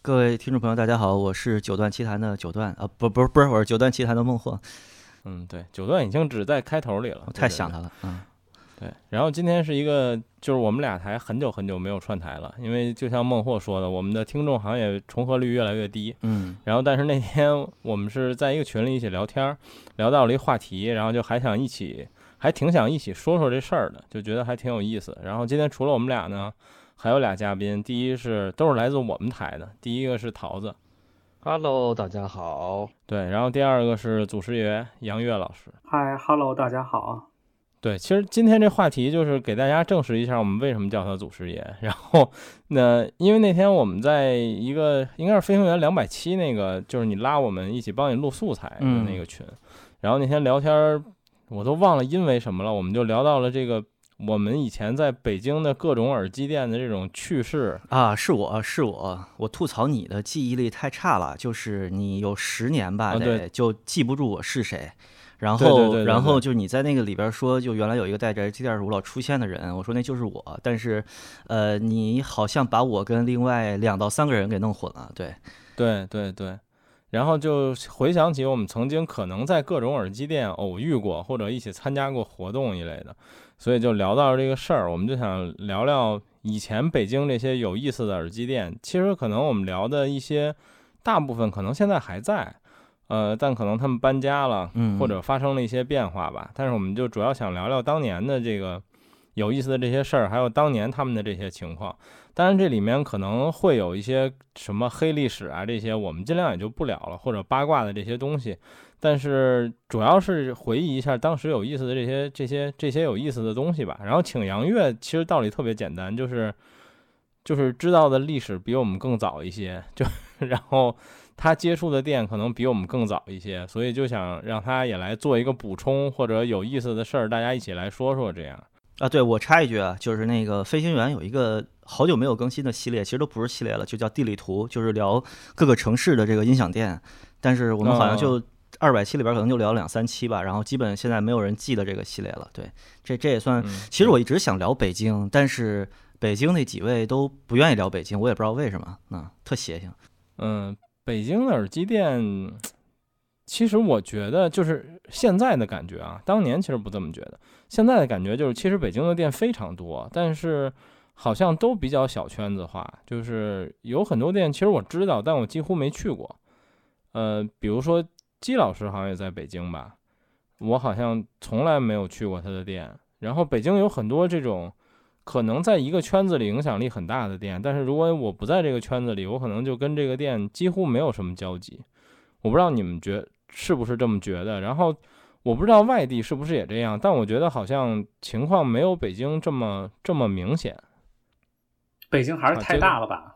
各位听众朋友，大家好，我是九段奇谭的九段啊，不不不是，我是九段奇谭的孟获，嗯，对，九段已经只在开头里了，我对太对想对他了，嗯，对，然后今天是一个，就是我们俩台很久很久没有串台了，因为就像孟获说的，我们的听众好像也重合率越来越低。嗯，然后，但是那天我们是在一个群里一起聊天儿，聊到了一话题，然后就还想一起，还挺想一起说说这事儿的，就觉得还挺有意思。然后今天除了我们俩呢，还有俩嘉宾，第一是都是来自我们台的，第一个是桃子， Hello，大家好。对，然后第二个是祖师爷杨岳老师。嗨，Hello，大家好。啊对，其实今天这话题就是给大家证实一下我们为什么叫他祖师爷。 然后，那因为那天我们在一个应该是飞行员两百七那个，就是你拉我们一起帮你录素材的嗯那个群，然后那天聊天儿我都忘了因为什么了，我们就聊到了这个我们以前在北京的各种耳机店的这种趣事。啊，是我是我，我吐槽你的记忆力太差了，就是你有十年吧，啊对得就记不住我是谁。然后，对对对对然对后就你在那个里边说，就原来有一个戴着耳机戴耳朵老出现的人，我说那就是我，但是，呃，你好像把我跟另外两到三个人给弄混了，对，对对对。然后就回想起我们曾经可能在各种耳机店偶遇过，或者一起参加过活动一类的，所以就聊到这个事儿，我们就想聊聊以前北京这些有意思的耳机店。其实可能我们聊的一些，大部分可能现在还在，呃，但可能他们搬家了，嗯或者发生了一些变化吧。但是我们就主要想聊聊当年的这个有意思的这些事儿，还有当年他们的这些情况。当然，这里面可能会有一些什么黑历史啊，这些我们尽量也就不聊了，或者八卦的这些东西。但是主要是回忆一下当时有意思的这些、这些、这些有意思的东西吧。然后请杨月，其实道理特别简单，就是就是知道的历史比我们更早一些，就 然后他接触的店可能比我们更早一些，所以就想让他也来做一个补充或者有意思的事儿，大家一起来说说这样。啊，对，我插一句啊，就是那个飞行员有一个好久没有更新的系列，其实都不是系列了，就叫地理图，就是聊各个城市的这个音响店。但是我们好像就二百期里边可能就聊两三期吧，然后基本现在没有人记得这个系列了。对，这这也算。嗯，其实我一直想聊北京，但是北京那几位都不愿意聊北京，我也不知道为什么，嗯，特邪性。嗯，北京的耳机店，其实我觉得就是现在的感觉啊，当年其实不这么觉得。现在的感觉就是，其实北京的店非常多，但是好像都比较小圈子化，就是有很多店其实我知道，但我几乎没去过。呃，比如说姬老师好像也在北京吧，我好像从来没有去过他的店。然后北京有很多这种。可能在一个圈子里影响力很大的店，但是如果我不在这个圈子里，我可能就跟这个店几乎没有什么交集。我不知道你们觉是不是这么觉得，然后我不知道外地是不是也这样，但我觉得好像情况没有北京这么这么明显，北京还是啊太这个大了吧？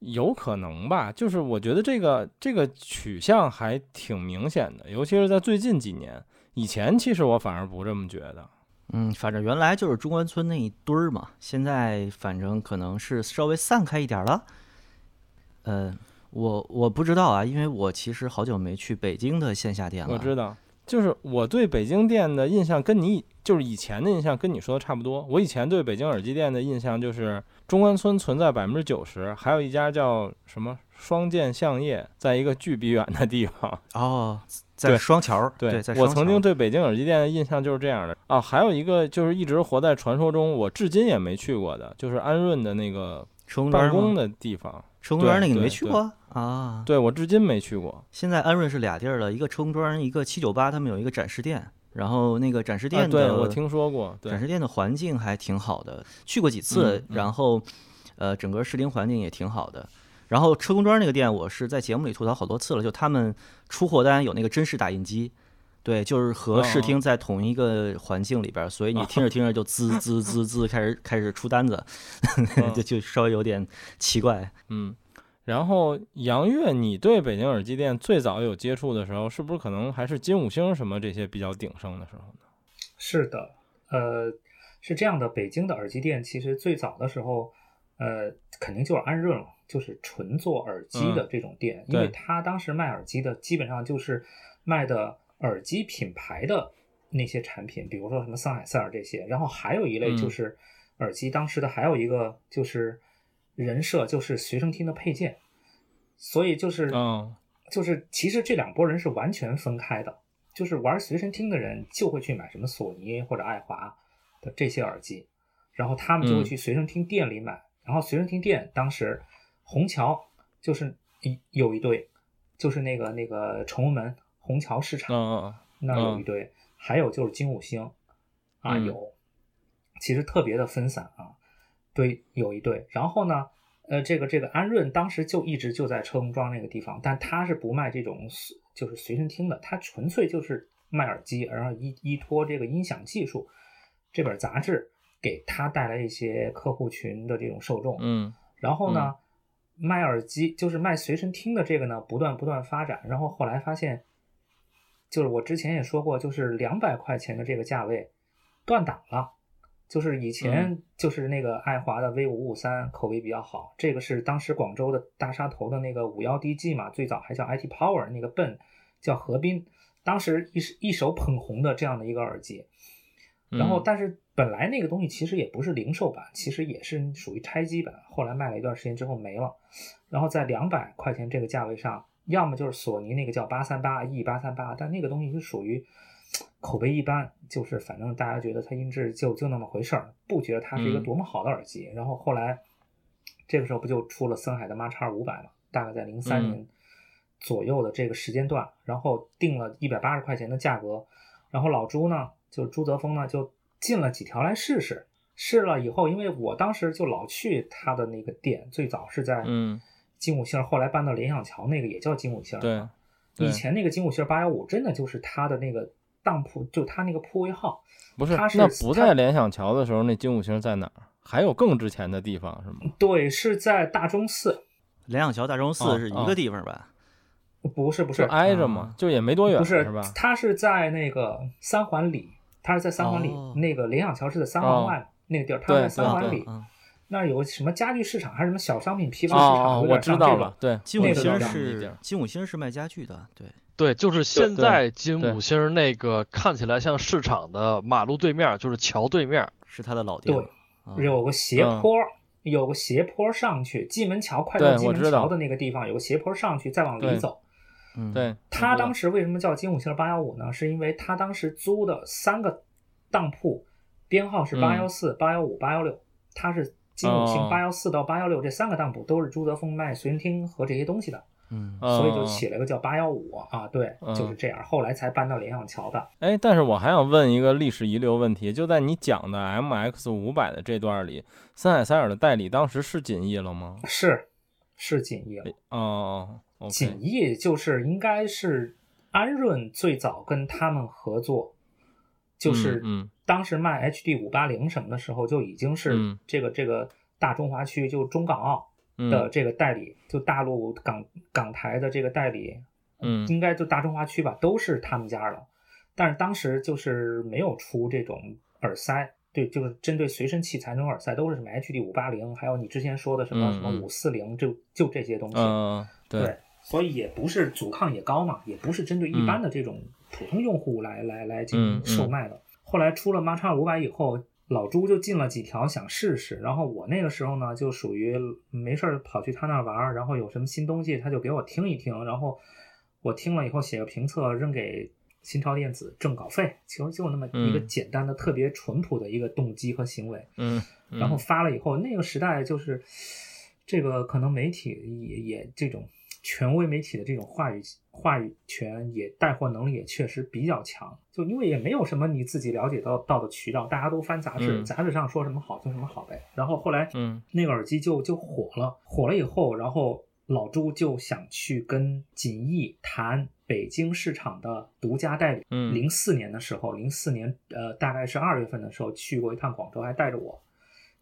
有可能吧？就是我觉得这个这个取向还挺明显的，尤其是在最近几年。以前其实我反而不这么觉得，嗯，反正原来就是中关村那一堆儿嘛，现在反正可能是稍微散开一点儿了。呃，我我不知道啊，因为我其实好久没去北京的线下店了。我知道，就是我对北京店的印象跟你就是以前的印象跟你说的差不多。我以前对北京耳机店的印象就是中关村存在百分之九十，还有一家叫什么双剑相业，在一个巨逼远的地方。哦，在对双桥儿，对，在我双桥曾经儿对北京耳机店的印象就是这样的啊。还有一个就是一直活在传说中，我至今也没去过的，就是安润的那个城公园办儿公吗的地方。城公园儿那对个你没对去对过啊？对我至今没去过。现在安润是俩地儿了，一个城公园，一个七九八，他们有一个展示店，然后那个展示啊，店的、对我听说过。对展，示店的环境还挺好的，去过几次嗯，嗯然后呃，整个视听环境也挺好的。然后车公庄那个店，我是在节目里吐槽好多次了，就他们出货单有那个真实打印机，对，就是和视哦听在同一个环境里边儿，所 以你听着听着就滋滋滋滋开始开始出单子，嗯 就就稍微有点奇怪。嗯，然后杨月，你对北京耳机店最早有接触的时候，是不是可能还是金五星什么这些比较鼎盛的时候呢？是的，呃，是这样的，北京的耳机店其实最早的时候，呃，肯定就是安润了，就是纯做耳机的这种店，因为对他当时卖耳机的基本上就是卖的耳机品牌的那些产品，比如说什么上海塞尔这些，然后还有一类嗯就是耳机，当时的还有一个就是。人设就是学生听的配件，所以就是嗯就是其实这两拨人是完全分开的，就是玩随身听的人就会去买什么索尼或者爱华的这些耳机，然后他们就会去随身听店里买，然后随身听店当时虹桥就是一有一对，就是那个那个崇文门虹桥市场、嗯那有一嗯堆，还有就是金五星啊、嗯有，其实特别的分散啊，对，有一对。然后呢，呃，这个这个安润当时就一直就在车公庄那个地方，但他是不卖这种随就是随身听的，他纯粹就是卖耳机，然后依依托这个音响技术这本杂志给他带来一些客户群的这种受众，嗯然后呢，卖耳机就是卖随身听的这个呢，不断不断发展。然后后来发现，就是我之前也说过，就是两百块钱的这个价位断档了。就是以前就是那个爱华的 V 五五三口碑比较好，这个是当时广州的大沙头的那个五幺 DG 嘛，最早还叫 IT Power 那个笨叫何斌，当时一时一手捧红的这样的一个耳机。嗯，然后，但是本来那个东西其实也不是零售版，其实也是属于拆机版。后来卖了一段时间之后没了，然后在两百块钱这个价位上，要么就是索尼那个叫八三八 E 八三八，但那个东西是属于口碑一般，就是反正大家觉得它音质就就那么回事儿，不觉得它是一个嗯多么好的耳机。然后后来这个时候不就出了森海的 Mark 叉五百嘛，大概在零三嗯年左右的这个时间段，然后定了一百八十块钱的价格。然后老朱呢，就朱泽峰呢，就进了几条来试试。试了以后，因为我当时就老去他的那个店，最早是在嗯，金五星，后来搬到联想桥那个也叫金五星。对，对以前那个金五星八幺五真的就是他的那个当铺，就他那个铺位号。不是它是那不它在联想桥的时候，那金五星在哪儿？还有更值钱的地方是吗？对，是在大钟寺，联想桥、大钟寺哦是一哦个地方吧？不是不，就是挨着嘛，就也没多远不是吧？他是在那个三环里，他是在三环里，哦那个联想桥是在三环外、那个地儿，他哦对在三环对里。嗯，那儿有个什么家具市场，还是什么小商品批发市场，哦，有我点知像这道种了。，对，金那五个星地方是金五星是卖家具的，对，对，就是现对在金对五星那个看起来像市场的马路对面，就是桥对面。是他的老店对啊。有个斜坡，有个斜坡上去，蓟门桥快嗯对到蓟我门知道桥的那个地方有个斜坡上去，再往对里走。嗯，对，他当时时为什么叫金五星八幺五呢？是因为他当时租的三个当铺编号是嗯八幺四、八幺五、八幺六，他是金五哦星八幺四到八幺六这三个当铺都是朱泽峰卖随身听和这些东西的，嗯，所以就起了个叫八幺五啊，对，嗯就是这样。后来才搬到联想桥的。哎，但是我还想问一个历史遗留问题，就在你讲的 MX 五百的这段里，森海塞尔的代理当时是锦艺了吗？是是锦艺了，哦锦，OK，艺就是应该是安润最早跟他们合作，就是嗯嗯当时卖 HD 五八零什么的时候就已经是嗯这个这个大中华区就中港澳的嗯这个代理，就大陆港港台的这个代理，嗯应该就大中华区吧，都是他们家的。但是当时就是没有出这种耳塞，对，就是针对随身器材那种耳塞，都是什么 HD 五八零，还有你之前说的什么嗯什么嗯五四零，就就这些东西。嗯，对，对，所以也不是阻抗也高嘛，也不是针对一般的这种普通用户来、来来进嗯嗯行售卖的。后来出了 m a x 五百以后，老朱就进了几条想试试，然后我那个时候呢就属于没事儿跑去他那儿玩儿，然后有什么新东西他就给我听一听，然后我听了以后写个评测扔给。新潮电子挣稿费，其实就那么一个嗯简单的、特别淳朴的一个动机和行为。嗯，嗯然后发了以后，那个时代就是这个可能媒体也也这种权威媒体的这种话语话语权也带货能力也确实比较强，就因为也没有什么你自己了解到到的渠道，大家都翻杂志，嗯杂志上说什么好就什么好呗。然后后来嗯那个耳机就就火了，火了以后，然后老朱就想去跟锦艺谈北京市场的独家代理。嗯零四年的时候，零四年呃大概是二月份的时候去过一趟广州，还带着我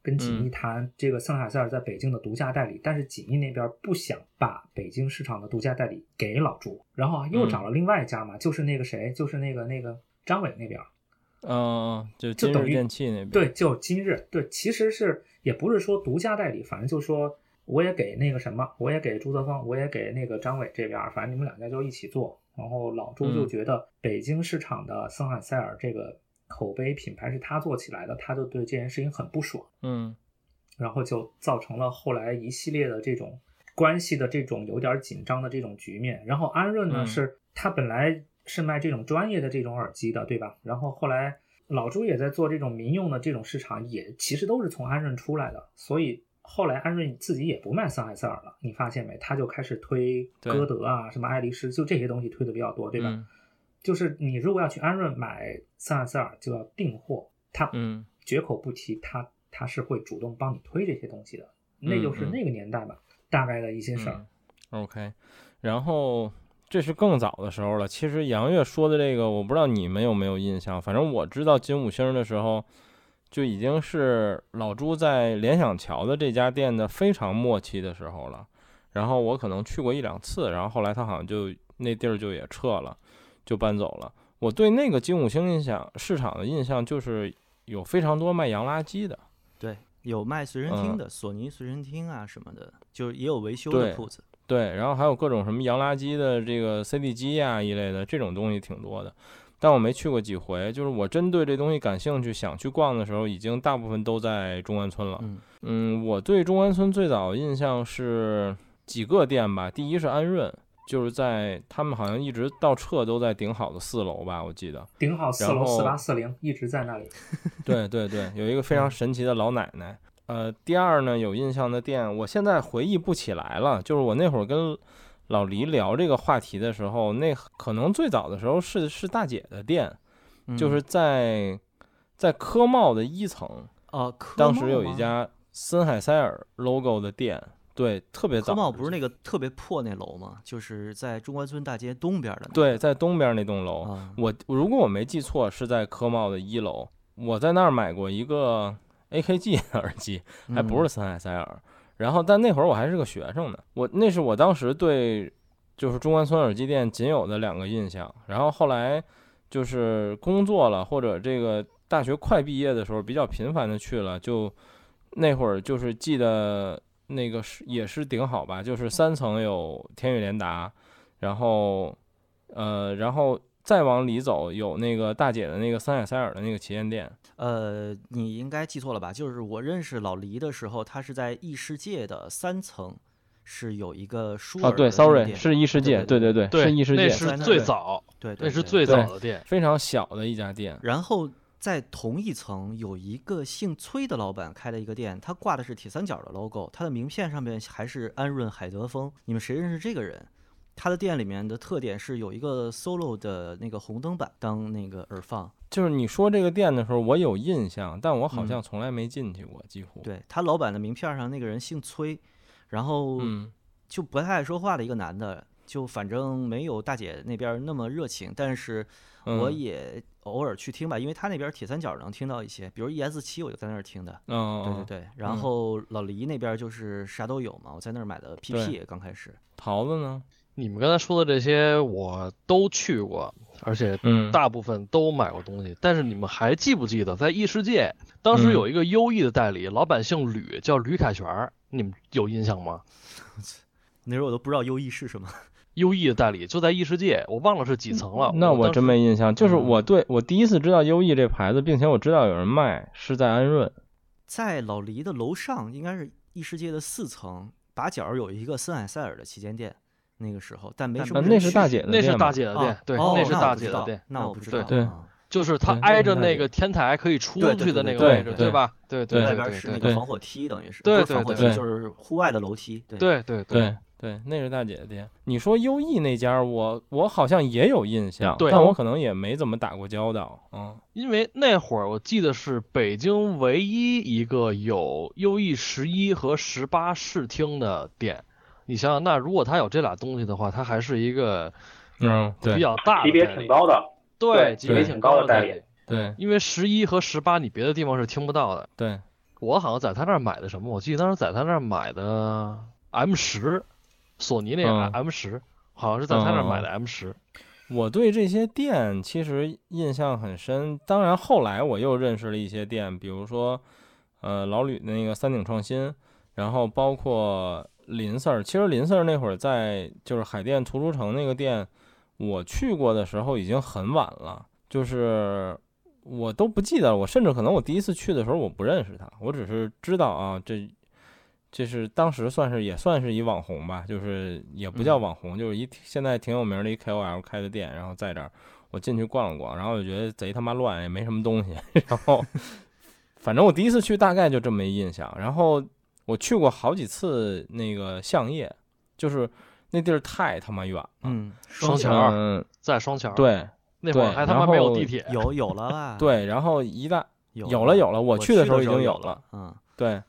跟锦艺谈这个森海塞尔在北京的独家代理，但是锦艺那边不想把北京市场的独家代理给老朱，然后啊又找了另外一家嘛，就是那个谁，就是那个那个张伟那边。嗯，就就今等日于电器那边，对，就今日对，其实是也不是说独家代理，反正就说我也给那个什么，我也给朱泽峰，我也给那个张伟这边儿，反正你们两家就一起做。然后老朱就嗯觉得北京市场的森海塞尔这个口碑品牌是他做起来的，他就对这件事情很不爽。嗯然后就造成了后来一系列的这种关系的这种有点紧张的这种局面。然后安润呢，嗯是他本来是卖这种专业的这种耳机的，对吧？然后后来老朱也在做这种民用的这种市场，也其实都是从安润出来的，所以。后来安润自己也不卖桑海塞尔了，你发现没？他就开始推对歌德啊，什么爱丽丝，就这些东西推的比较多，对吧？嗯就是你如果要去安润买桑海塞尔，就要订货，他嗯绝口不提他他是会主动帮你推这些东西的，那嗯就是嗯那个年代吧，大概的一些事儿。嗯 OK，然后这是更早的时候了。其实杨越说的这个，我不知道你们有没有印象，反正我知道金五星的时候，就已经是老朱在联想桥的这家店的非常末期的时候了。然后我可能去过一两次，然后后来他好像就那地儿就也撤了，就搬走了。我对那个金五星印象市场的印象就是有非常多卖洋垃圾的，对，有卖随身听嗯的，索尼随身听啊什么的，就是也有维修的对铺子。对，然后还有各种什么洋垃圾的这个 CD 机呀、一类的这种东西挺多的，但我没去过几回。就是我真对这东西感兴趣，想去逛的时候，已经大部分都在中关村了。嗯嗯，我对中关村最早印象是几个店吧，第一是安润，就是在他们好像一直到撤都在顶好的四楼吧，我记得。顶好四然楼后四八四零一直在那里， 对对对，有一个非嗯常神奇的老奶奶。呃，第二呢，有印象的店，我现在回忆不起来了。就是我那会儿跟老黎聊这个话题的时候，那可能最早的时候是是大姐的店，嗯就是在在科贸的一层，哦，当时有科一茂吗家森海塞尔 logo 的店，对，特别早。科茂不是那个特别破那楼吗？就是在中关村大街东边的那个。对，在东边那栋楼，啊，我如果我没记错，是在科贸的一楼，我在那儿买过一个 AKG 的耳机，嗯还不是森海塞尔。然后，但那会儿我还是个学生呢，我那是我当时对就是中关村耳机店仅有的两个印象。然后后来就是工作了，或者这个大学快毕业的时候，比较频繁的去了，就那会儿就是记得那个是也是顶好吧，就是三层有天宇联达，然后呃，然后再往里走有那个大姐的那个森海塞尔的那个旗舰店，呃，你应该记错了吧？就是我认识老黎的时候，他是在异世界的三层，是有一个书啊，耳的那个对，sorry，店是异世界，对对对，对，异世界那，在是那最对早，对，对那是对最对早的店。非常小的一家店。然后在同一层有一个姓崔的老板开了一个店，他挂的是铁三角的 logo，他的名片上面还是安润海德丰。你们谁认识这个人？他的店里面的特点是有一个 solo 的那个红灯板当那个耳放，就是你说这个店的时候，我有印象，但我好嗯像从来没进去过，几乎。，对他老板的名片上那个人姓崔，然后嗯，就不太爱说话的一个男的，就反正没有大姐那边那么热情，但是我嗯，也偶尔去听吧，因为他那边铁三角能听到一些，比如 ES 七我就在那儿听的，嗯，对对对，对。然嗯后老黎那边就是啥都有嘛，我在那儿买的 PP 刚开始，桃子呢？你们刚才说的这些我都去过，而且嗯，大部分都买过东西。但是你们还记不记得，在异世界当时嗯有一个优异的代理，老板姓吕，叫吕凯旋儿，你们有印象吗？那时候我都不知道优异是什么。优异的代理就在异世界，我忘了是几层了。那我我当真时没印象，就是嗯我对我第一次知道优异这牌子，并且我知道有人卖是在安润。在老黎的楼上，应该是异世界的四层，把角有一个森海塞尔的旗舰店，那个时候，但没什么啊人去。那是大姐的那店是吧大姐的啊店，对，哦那是我大不姐知的道店，嗯那我不知道。嗯对啊就是它对挨那着是大那姐个天台可以出对对去的对那个对位置，对吧？对对外对边对是那对个对防火梯，等于是对不是防对火对梯，就是户外的楼梯。对，对对对对对，那是大姐的店。你说优异那家，我我好像也有印象，对但我可能也没怎么打过交道。嗯，因为那会儿我记得是北京唯一一个有优异十一和十八试听的店。你想想，那如果它有这俩东西的话，它还是一个嗯，比对较大的级别代理挺，高的，对对级别对挺高高的代代理理。对因为十一和十八你别的地方是听不到的。对，我好像在他那儿买的什么？我记得当时在他那儿买的 M 十，索尼那个嗯 M 十、好像是在他那儿买的 M 十、我对这些店其实印象很深，当然后来我又认识了一些店，比如说，呃，老吕的那个三鼎创新，然后包括林 Sir。其实林 Sir 那会儿在就是海淀图书城那个店，我去过的时候已经很晚了，就是我都不记得了，我甚至可能我第一次去的时候我不认识他，我只是知道啊，这这是当时算是也算是一网红吧，就是也不叫网红，就是一现在挺有名的一 KOL 开的店，然后在这儿我进去逛了逛，然后我觉得贼他妈乱，也没什么东西， 然后反正我第一次去大概就这么一印象，然后我去过好几次那个相业，就是那地儿太他妈远了，嗯，双桥桥儿儿啊嗯，在双桥，，对那会儿对还他然妈没有后地铁，有有了吧？，对，然后一大有有了有了，我我去的时候已经有了，，嗯对，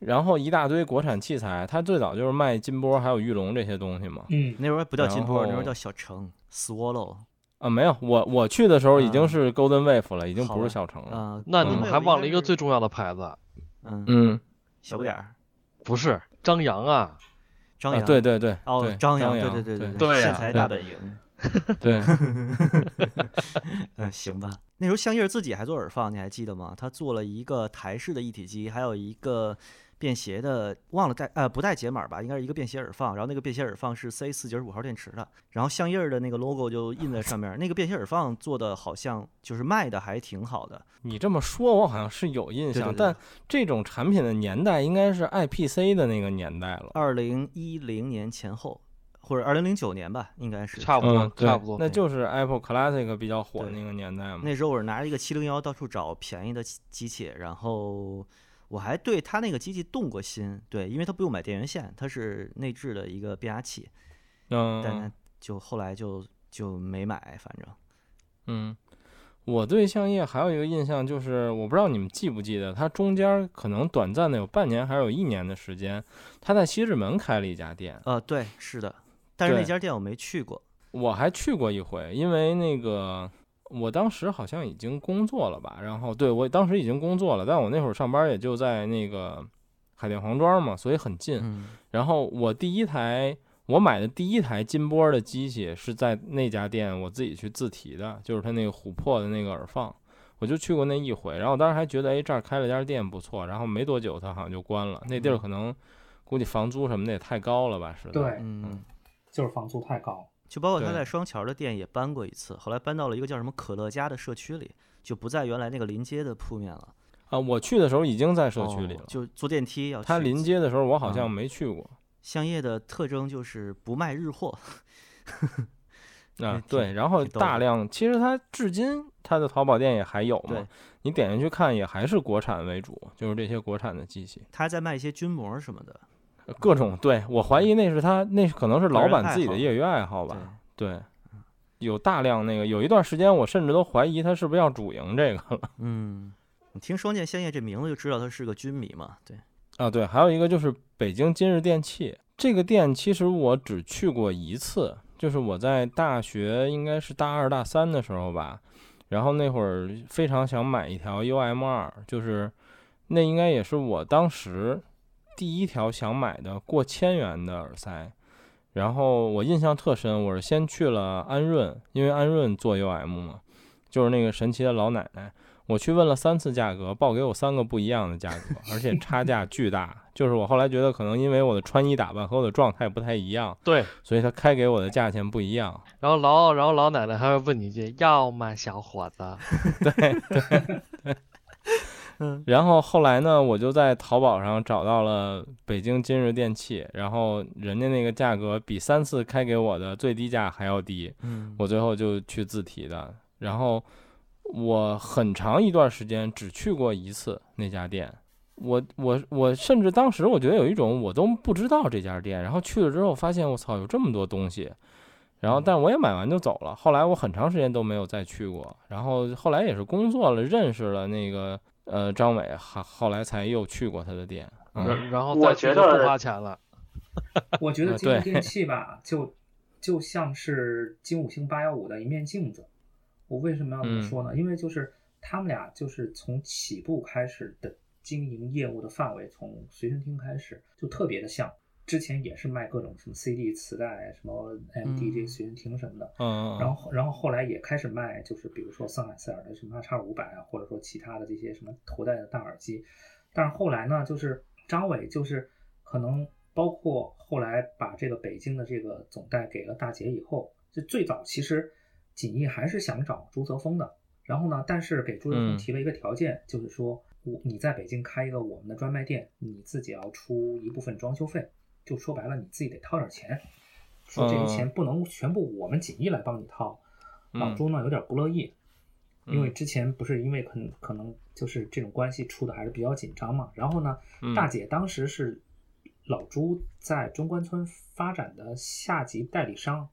然后一大堆国产器材，它最早就是卖金波还有玉龙这些东西嘛。嗯，那时候还不叫金波，然那时候后叫小城 Swallow 啊，没有，我我去的时候已经嗯是 Golden Wave 了，已经好不是吧小城了。啊。那你嗯们还忘了一个最重要的牌子，嗯嗯，小不点儿不是张扬啊，张啊，扬对对对，哦对，张扬，对对对对对身呀材对大本营，对， 嗯行吧。那时候香叶儿自己还做耳放，你还记得吗？他做了一个台式的一体机，还有一个便携的，忘了带呃不带解码吧，应该是一个便携耳放。然后那个便携耳放是 C 四九五号电池的，然后香叶儿的那个 logo 就印在上面儿。那个便携耳放做的好像就是卖的还挺好的，你这么说，我好像是有印对象，对对但这种产品的年代应该是 IPC 的那个年代了。二零一零年前后或者二零零九年吧，应该是差不嗯多，，对差不多，那就是 Apple Classic 比较火的对那个年代嘛。那时候我是拿着一个七零幺到处找便宜的机机器，然后我还对它那个机器动过心，对，因为它不用买电源线，它是内置的一个变压器，嗯，但它就后来就就没买，反正嗯，我对相叶还有一个印象就是，我不知道你们记不记得，它中间儿可能短暂的有半年还是有一年的时间，它在西直门开了一家店，呃，对，是的，但是那对家店我没去过，我还去过一回，因为那个我当时好像已经工作了吧，然后对我当时已经工作了，但我那会儿上班也就在那个海淀黄庄嘛，所以很近。嗯，然后我第一台我买的第一台金波的机器是在那家店我自己去自提的，就是它那个琥珀的那个耳放，我就去过那一回。然后我当时还觉得，哎，这儿开了家店不错。然后没多久它好像就关了，那地嗯儿可能估计房租什么的也太高了吧，是的。对，嗯，就是房租太高。就包括他对在双桥的店也搬过一次，后来搬到了一个叫什么可乐家的社区里，就不在原来那个临街的铺面了，啊，我去的时候已经在社区里哦了。就坐电梯要它去一临次街的时候我好像嗯没去过。香叶的特征就是不卖日货，啊也，对，哎挺然后挺逗大的量，其实它至今它的淘宝店也还 有对嘛，你点进去看也还是国产为主，就是这些国产的机器。他在卖一些军模什么的，各种，对我怀疑那是他那可能是老板自己嗯个人爱好的业余爱好吧对。对，有大量那个，有一段时间我甚至都怀疑他是不是要主营这个了嗯，你听“双剑仙叶”这名字就知道他是个军迷嘛。对，啊。对，还有一个就是北京今日电器这个店，其实我只去过一次，就是我在大学应该是大二大三的时候吧，然后那会儿非常想买一条 UM 二，就是那应该也是我当时第一条想买的过千元的耳塞。然后我印象特深，我是先去了安润，因为安润做 UM 嘛，就是那个神奇的老奶奶。我去问了三次价格，报给我三个不一样的价格，而且差价巨大。就是我后来觉得，可能因为我的穿衣打扮和我的状态不太一样，对。所以他开给我的价钱不一样。然后老然后老奶奶还会问你一句：“要吗，小伙子然后后来呢，我就在淘宝上找到了北京今日电器，然后人家那个价格比三次开给我的最低价还要低，嗯，我最后就去自提的。然后我很长一段时间只去过一次那家店，我我我甚至当时我觉得有一种我都不知道这家店，然后去了之后发现我操有这么多东西，然嗯后但我也买完就走了。后来我很长时间都没有再去过，然后后来也是工作了，认识了那个呃张伟，后后来才又去过他的店。嗯，然然后我再去觉就得不花钱了。我觉得啊金对日电器吧，就就像是金五星八幺五的一面镜子。我为什么要这么说呢？因为就是他们俩就是从起步开始的经营业务的范围，从随身听开始就特别的像。之前也是卖各种什么 CD 磁带、啊什么 MD 这嗯随身听什么的，嗯，然后然后后来也开始卖，就是比如说桑海塞尔的什么 x 五百啊，或者说其他的这些什么头戴的大耳机，但是后来呢，就是张伟就是可能包括后来把这个北京的这个总代给了大姐以后，就最早其实锦艺还是想找朱泽峰的，然后呢，但是给朱元嗯峰提了一个条件，就是说我你在北京开一个我们的专卖店，你自己要出一部分装修费，就说白了你自己得掏点钱，说这嗯些钱不能全部我们锦衣来帮你掏。老嗯朱呢有点不乐意，因为嗯之前不是因为可能可能就是这种关系处的还是比较紧张嘛。然后呢，嗯大姐当时是老朱在中关村发展的下级代理商，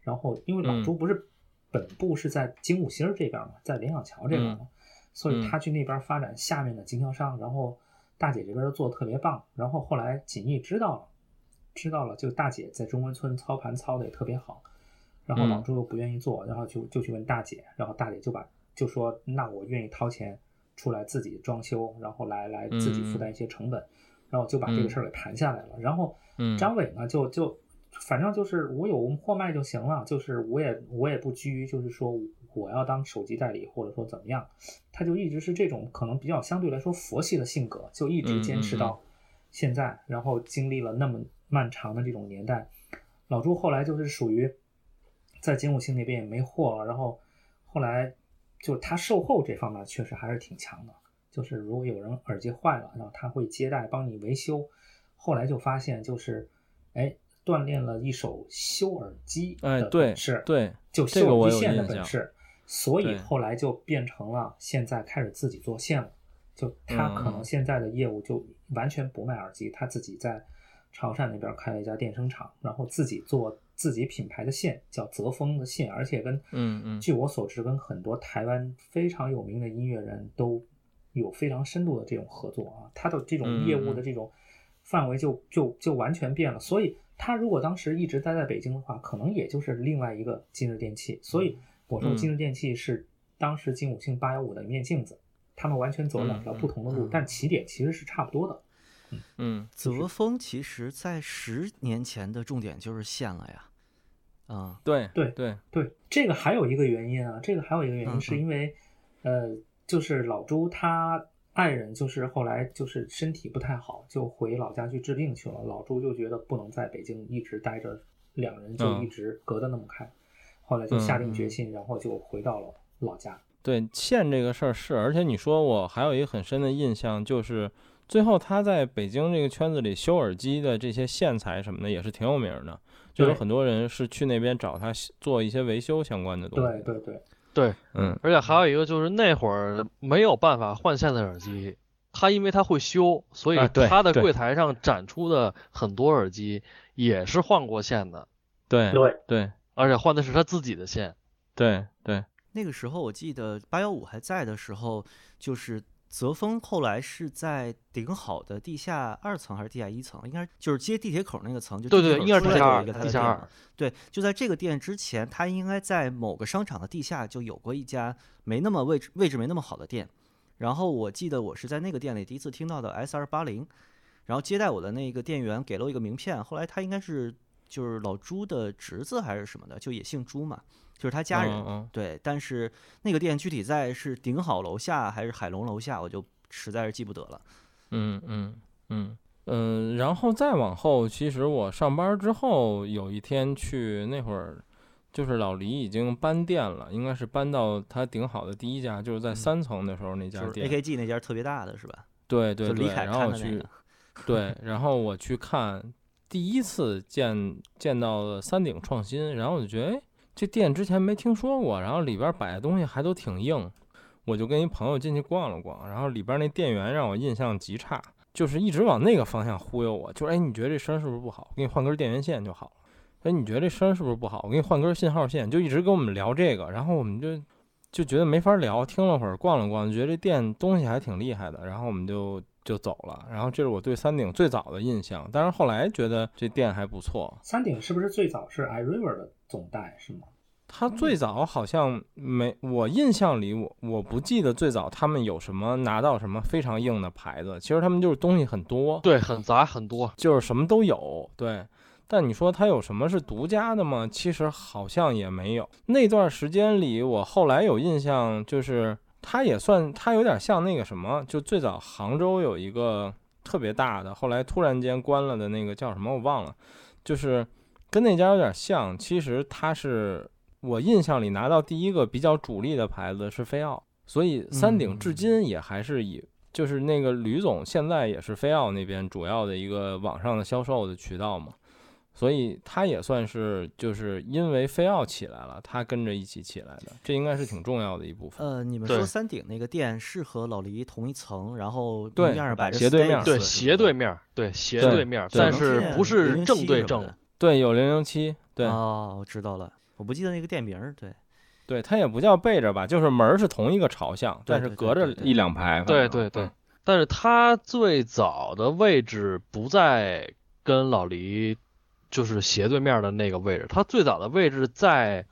然后因为嗯老朱不是本部是在金五星儿这边嘛，在联想桥这边嘛，所以他去那边发展下面的经销商，然后大姐这边做的特别棒，然后后来锦艺知道了，知道了，就大姐在中关村操盘操的也特别好，然后老嗯朱又不愿意做，然后就就去问大姐，然后大姐就把就说那我愿意掏钱出来自己装修，然后来来自己负担一些成本，然后就把这个事儿给谈下来了，然后嗯张伟呢，就就反正就是我有货卖就行了，就是我也我也不拘于就是说我要当手机代理或者说怎么样，他就一直是这种可能比较相对来说佛系的性格，就一直坚持到现在，然后经历了那么漫长的这种年代，老朱后来就是属于在金武星那边也没货了，然后后来就他售后这方面确实还是挺强的。就是如果有人耳机坏了，然后他会接待帮你维修。后来就发现就是，哎，锻炼了一手修耳机哎的对本事，对就这个修我耳有机线的印象本事，所以对后来就变成了现在开始自己做线了。就他可能嗯现在的业务就完全不卖耳机，他自己在潮汕那边开了一家电声厂，然后自己做自己品牌的线，叫泽峰的线，而且跟嗯嗯据我所知，跟很多台湾非常有名的音乐人都有非常深度的这种合作啊，他的这嗯种业务的这种范围就就就完全变了。所以他如果当时一直待在北京的话，可能也就是另外一个今日电器。所以我说嗯今日电器是当时金五星八幺五的一面镜子，他们完全走两条不同的路，但起点其实是差不多的。嗯泽峰其实在十年前的重点就是线了呀，啊、对对对对，这个还有一个原因啊，这个还有一个原嗯因是因为，呃，就是老朱他爱人就是后来就是身体不太好，就回老家去治病去了。老朱就觉得不能在北京一直待着，两人就嗯一直隔得那么开，后来就下定决心，然后就回到了老家。对，欠这个事儿是，而且你说我还有一个很深的印象，就是最后他在北京这个圈子里修耳机的这些线材什么的也是挺有名儿的，就有对很多人是去那边找他修做一些维修相关的东对西。，对对，对，嗯而且还有一个就是那会儿没有办法换线的耳机，他因为他会修，所以啊对他的对柜台上展出的很多耳机也是换过线的，对对对而且换的是他自己的线。对对，那个时候我记得八幺五还在的时候，就是泽峰后来是在顶好的地下二层还是地下一层，应该是就是接地铁口那个层，就对地铁对，口应该是出地来就下有二，一个他地的下店二了。。对，就在这个店之前，他应该在某个商场的地下就有过一家没那么位置位置没那么好的店。然后我记得我是在那个店里第一次听到的 S 二八零，然后接待我的那个店员给了我一个名片，后来他应该是就是老朱的侄子还是什么的，就也姓朱嘛，就是他家人。嗯嗯对，但是那个店具体在是顶好楼下还是海龙楼下，我就实在是记不得了。嗯嗯嗯嗯，然后再往后，其实我上班之后有一天去那会儿，就是老黎已经搬店了，应该是搬到他顶好的第一家，就是在三层的时候那家就是店。 AKG 那家特别大的是吧？对对就对，李凯然后看我的那 去个，对，然后我去看，第一次见见到了三鼎创新，然后我就觉得，哎，这店之前没听说过，然后里边摆的东西还都挺硬，我就跟一朋友进去逛了逛，然后里边那店员让我印象极差，就是一直往那个方向忽悠我，就是哎，你觉得这声儿是不是不好？我给你换根电源线就好了。哎，你觉得这声儿是不是不好？我给你换根信号线，就一直跟我们聊这个，然后我们就就觉得没法聊，听了会儿，逛了逛，觉得这店东西还挺厉害的，然后我们就就走了。然后这是我对三鼎最早的印象，但是后来觉得这店还不错。三鼎是不是最早是 iRiver 的总代是吗？它最早好像没，我印象里我我不记得最早他们有什么拿到什么非常硬的牌子，其实他们就是东西很多，对，很杂很多。就是什么都有，对。但你说它有什么是独家的吗？其实好像也没有。那段时间里，我后来有印象，就是它也算，它有点像那个什么，就最早杭州有一个特别大的，后来突然间关了的那个叫什么我忘了，就是跟那家有点像。其实它是我印象里拿到第一个比较主力的牌子是菲奥，所以三鼎至今也还是以、就是那个吕总现在也是菲奥那边主要的一个网上的销售的渠道嘛，所以他也算是就是因为菲奥起来了，他跟着一起起来的，这应该是挺重要的一部分。呃，你们对说三鼎那个店是和老黎同一层，然后对对面摆着斜对面 States 对是斜吧对面儿，对斜对对面儿，对但能是见不是007正对什么正的，对，有零零七，对、哦，我知道了，我不记得那个店名儿，对，对，它也不叫背着吧，就是门儿是同一个朝向，对但是对对隔着对对一两排。对反正啊对对，但是他最早的位置不在跟老黎就是斜对面的那个位置，他最早的位置在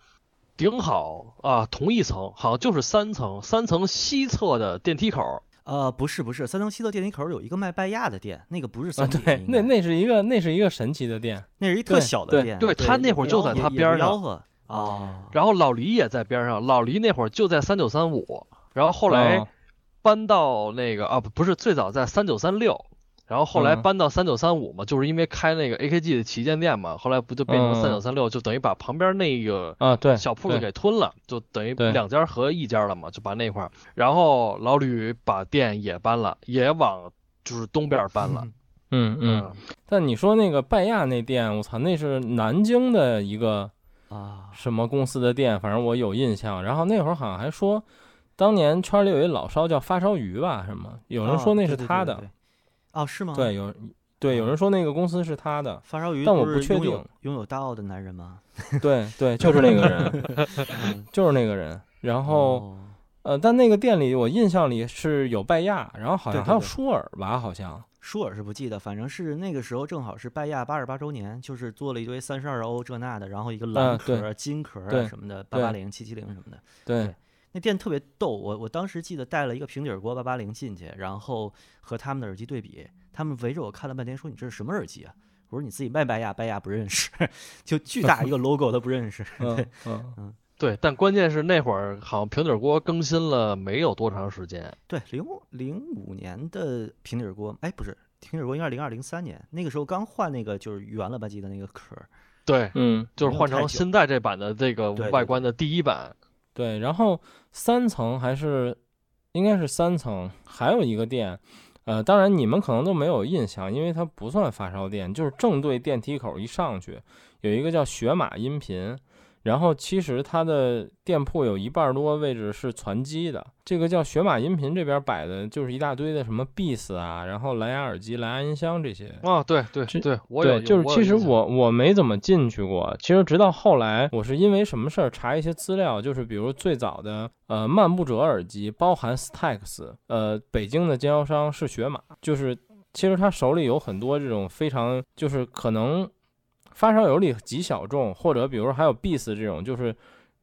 顶好啊同一层，好像就是三层，三层西侧的电梯口。呃，不是不是，三层西的电梯口有一个卖拜亚的店，那个不是啊，三鼎应该、对，那那是一个那是一个神奇的店，那是一对特小对的店，对他那会儿就在也他也边不上吆喝哦，然后老黎也在边上，老黎那会儿就在三九三五，然后后来嗯搬到那个啊不不是最早在三九三六，然后后来嗯搬到三九三五嘛，就是因为开那个 AKG 的旗舰店嘛，后来不就变成三嗯九三六，就等于把旁边那个啊，对，小铺子对给吞了，就等于对两家合一家了嘛，就把那块儿。然后老吕把店也搬了，也往就是东边搬了。嗯嗯。，但你说那个拜亚那店，我操，那是南京的一个啊，什么公司的店，反正我有印象。然后那会儿好像还说，当年圈里有一老烧叫发烧鱼吧，什么，有人啊说那对是对对他对的，对哦，是吗？，对，有对有人说那个公司是他 的，发烧鱼，但我不确拥有定拥有大奥的男人吗？对对，就是那个人，就是那个人。然后哦呃，但那个店里我印象里是有拜亚，然后好像对对还有对舒尔吧，好像舒尔是不记得，反正是那个时候正好是拜亚八十八周年，就是做了一堆三十二欧这那的，然后一个蓝啊对壳儿、金壳儿对啊什么的，八对八零、七七零什么的。对那店特别逗，我我当时记得带了一个平底儿锅八八零进去，然后和他们的耳机对比，他们围着我看了半天，说你这是什么耳机啊？我说你自己卖拜亚，拜亚不认识， 就巨大一个 logo 他不认识。 嗯嗯对，但关键是那会儿好像平底锅更新了没有多长时间，对，零零五年的平底儿锅，哎，不是平底儿锅，应该是零二零三年，那个时候刚换那个就是圆了吧唧的那个壳儿。对，嗯，就是换没有太成久现在这版的这个对对外观的第一版。对，然后三层还是应该是三层，还有一个店，呃，当然你们可能都没有印象，因为它不算发烧店，就是正对电梯口一上去有一个叫雪马音频，然后其实它的店铺有一半儿多位置是攒机的，这个叫雪马音频这边摆的就是一大堆的什么 Beats 啊，然后蓝牙耳机、蓝牙音箱这些，啊，对对这对，我有对，就是有其实印象我我没怎么进去过，其实直到后来，我是因为什么事儿查一些资料，就是比如最早的呃漫步者耳机包含 Stax，呃北京的经销商是雪马，就是其实他手里有很多这种非常就是可能发烧友里极小众，或者比如还有 Beats 这种就是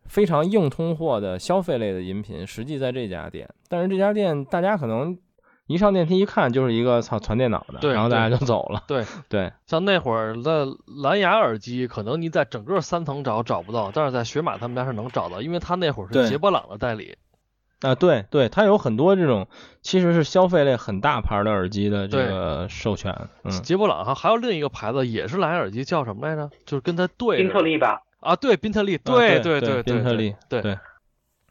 非常硬通货的消费类的饮品，实际在这家店，但是这家店大家可能。一上电梯一看就是一个操传电脑的，对然后大家对就走了。对对，像那会儿的蓝牙耳机，可能你在整个三层找找不到，但是在雪马他们家是能找到，因为他那会儿对是杰波朗的代理。啊，对对，它有很多这种其实是消费类很大牌儿的耳机的这对个授权，嗯，杰波朗哈，还有另一个牌子也是蓝牙耳机，叫什么来着？就是跟它对宾着特利吧，啊，对，宾特利，对对对对，宾特利，对对。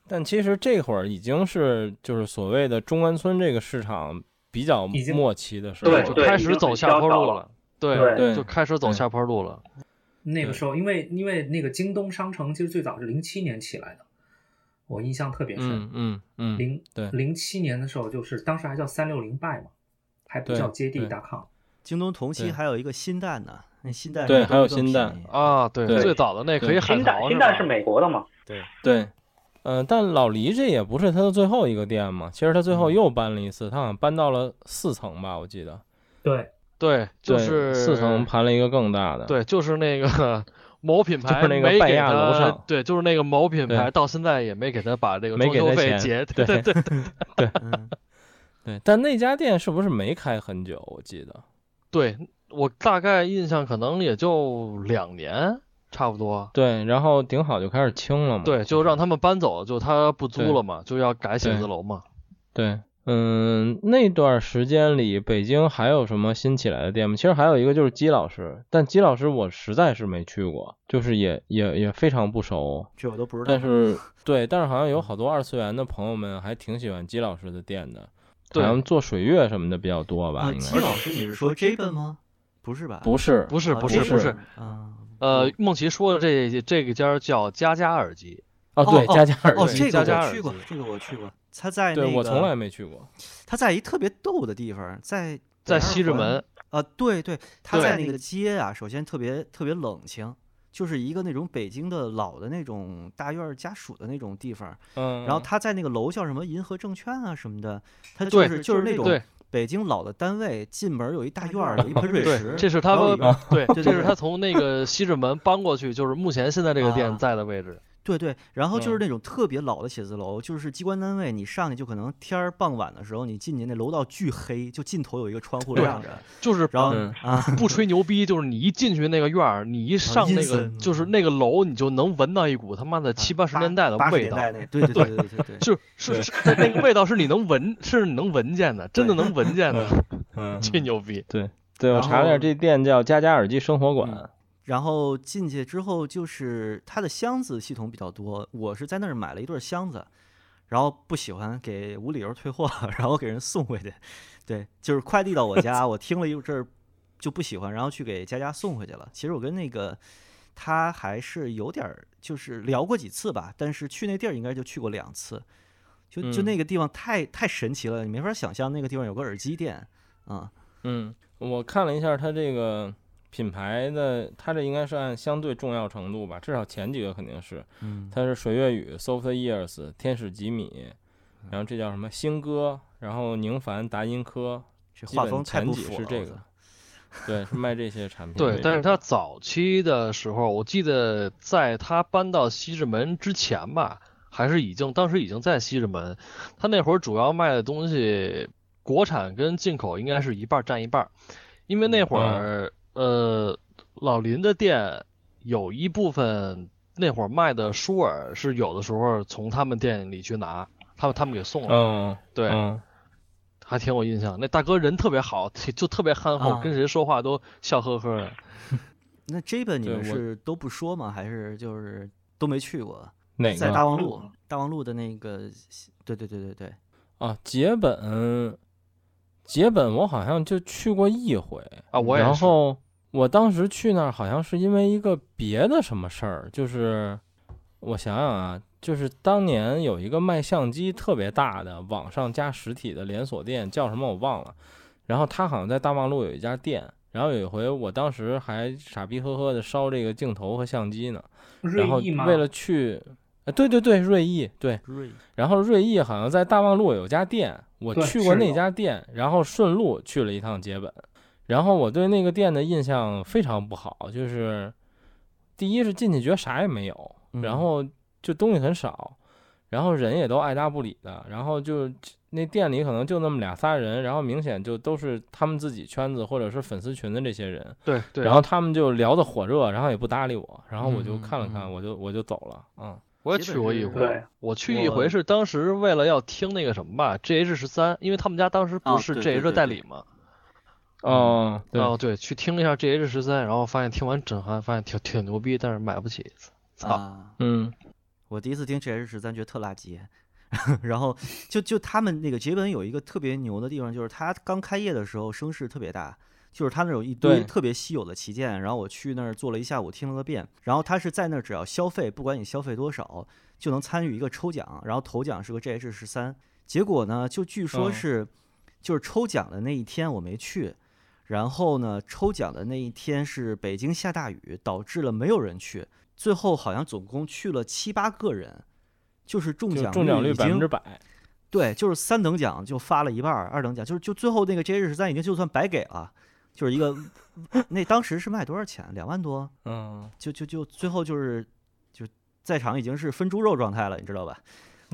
但其实这会儿已经是就是所谓的中关村这个市场比较已经末期的时候对了，就对开已始经走很下焦坡躁路了了，对，对就开始走对下坡路了。那个对时候，因为因为那个京东商城其实最早是零七年起来的，我印象特别深。嗯嗯嗯，零对零七年的时候，就是当时还叫三六零 buy 嘛，还不对叫接地对 .com。京东同对期还有一个新蛋呢，那新蛋对是还有更新蛋便宜，啊，对，对最早的那可对以海新蛋淘新吧蛋是美国的嘛？对。嗯、但老黎这也不是他的最后一个店嘛，其实他最后又搬了一次，他好像搬到了四层吧，我记得，对，对，就对是四层盘了一个更大的，对，就是那个 某品牌就是那个没拜给亚楼他上对，就是那个某品对牌到现在也没给他把这个没装给修他费钱结，对对对嗯，对，但那家店是不是没开很久？我记得，对，我大概印象可能也就两年差不多。对，然后顶好就开始清了嘛。对，就让他们搬走，就他不嗯对租了嘛，就要改写字楼嘛。对，嗯，那段时间里，北京还有什么新起来的店吗？其实还有一个就是姬老师，但姬老师我实在是没去过，就是也也也非常不熟。这我都不知道但。是对，但是好像有好多二次元的朋友们还挺喜欢姬老师的店的，好对像做水月什么的比较多吧，啊，应姬该老师，你是说 Jaben 吗？不是吧？不是不是啊不是嗯是不不是，啊，呃，梦琪说的这这个家儿叫佳佳耳机，哦，对，哦佳佳尔哦，对这个佳佳我耳去过机，这个我去过。他在那个，对我从来没去过。他在一特别逗的地方，在在北二西直环门。啊，对对，他在对那个街啊，首先特别特别冷清，就是一个那种北京的老的那种大院儿家属的那种地方。嗯，然后他在那个楼叫什么银河证券啊什么的，他就对是就是那种对北京老的单位，进门有一大院儿，有一盆水池对，，这是他然后里们啊边 对，对这对是他从那个西直门搬过去，就是目前现在这个啊店在的位置。对对，然后就是嗯那种特别老的写字楼，就是机关单位，你上去就可能天儿傍晚的时候，你进去那楼道巨黑，就尽头有一个窗户对亮着，就是然后嗯啊，不吹牛逼，就是你一进去那个院儿，你一上阴那个森啊就是那个楼，你就能闻到一股他妈的七八十年代的八十味年道。代那，对对对对对 对，就是是是，那那个味道是你能闻，是你能闻见的，真的能闻 见的，嗯，这牛逼！对我然查后了嗯点，这店叫佳佳耳机生活馆。然后进去之后，就是它的箱子系统比较多。我是在那儿买了一对儿箱子，然后不喜欢给无理由退货，然后给人送回去。对，就是快递到我家，我听了一阵儿就不喜欢，然后去给佳佳送回去了。其实我跟那个他还是有点儿，就是聊过几次吧，但是去那地儿应该就去过两次。就就嗯那个地方太太神奇了，你没法想象那个地方有个耳机店啊、嗯，我看了一下它这个品牌的，它这应该是按相对重要程度吧，至少前几个肯定是，嗯，它是水月雨、Soft Years、天使吉米，然后这叫什么新歌，然后宁凡、达音科，这基画本风太前不几符了。是这我个操，对，是卖这些产 品为对主。，但是他早期的时候，我记得在他搬到西直门之前吧，还是已经当时已经在西直门，他那会儿主要卖的东西，国产跟进口应该是一半儿占一半儿，因为那会儿、嗯呃老林的店有一部分那会儿卖的舒尔是有的时候从他们店里去拿，他们他们给送了，嗯，对，嗯还挺有印象。那大哥人特别好，就特别憨厚，嗯啊跟谁说话都笑呵呵的。那 J 本你对们我是都不说吗？还是就是都没去过？哪在个？大望路，大望路的那个，对对对对对，啊，杰本，杰本，我好像就去过一回啊我也然是后我当时去那儿好像是因为一个别的什么事儿，就是我想想啊，就是当年有一个卖相机特别大的网上加实体的连锁店，叫什么我忘了。然后他好像在大望路有一家店，然后有一回我当时还傻逼呵呵的烧这个镜头和相机呢，瑞然后意吗？为了去，啊对对对，瑞意对。瑞然后瑞意好像在大望路有家店，我对去过是那有家店，然后顺路去了一趟杰本，然后我对那个店的印象非常不好，就是第一是进去觉得啥也没有，然嗯后就东西很少，然后人也都爱搭不理的，然后就那店里可能就那么俩仨人，然后明显就都是他们自己圈子或者是粉丝群的这些人，对对，然后他们就聊得火热，然后也不搭理我，然后我就嗯看了看，嗯我就我就走了，嗯。我也基去本过是一这回样，对，我去一我回是当时为了要听那个什么吧，G H 十三，因为他们家当时啊不是对 G 对 H 对代对理嘛，哦，对，哦对，去听了一下 G H 十三，然后发现听完震撼，发现挺挺牛逼，但是买不起。操，啊，嗯，我第一次听 G H 十三觉得特垃圾， 然后就就他们那个杰本有一个特别牛的地方，就是他刚开业的时候声势特别大。就是他那儿有一堆对特别稀有的旗舰，然后我去那儿坐了一下午，听了个遍。然后他是在那儿只要消费，不管你消费多少，就能参与一个抽奖，然后头奖是个 GH 十三。结果呢，就据说嗯是、就是抽奖的那一天我没去，然后呢，抽奖的那一天是北京下大雨，导致了没有人去。最后好像总共去了七八个人，就是中就奖中奖率已百分经之百。对，就是三等奖就发了一半儿，二等奖就是就最后那个 J 十三已经就算白给了，就是一个 那当时是卖多少钱？两万多，嗯，就就就最后就是就在场已经是分猪肉状态了，你知道吧？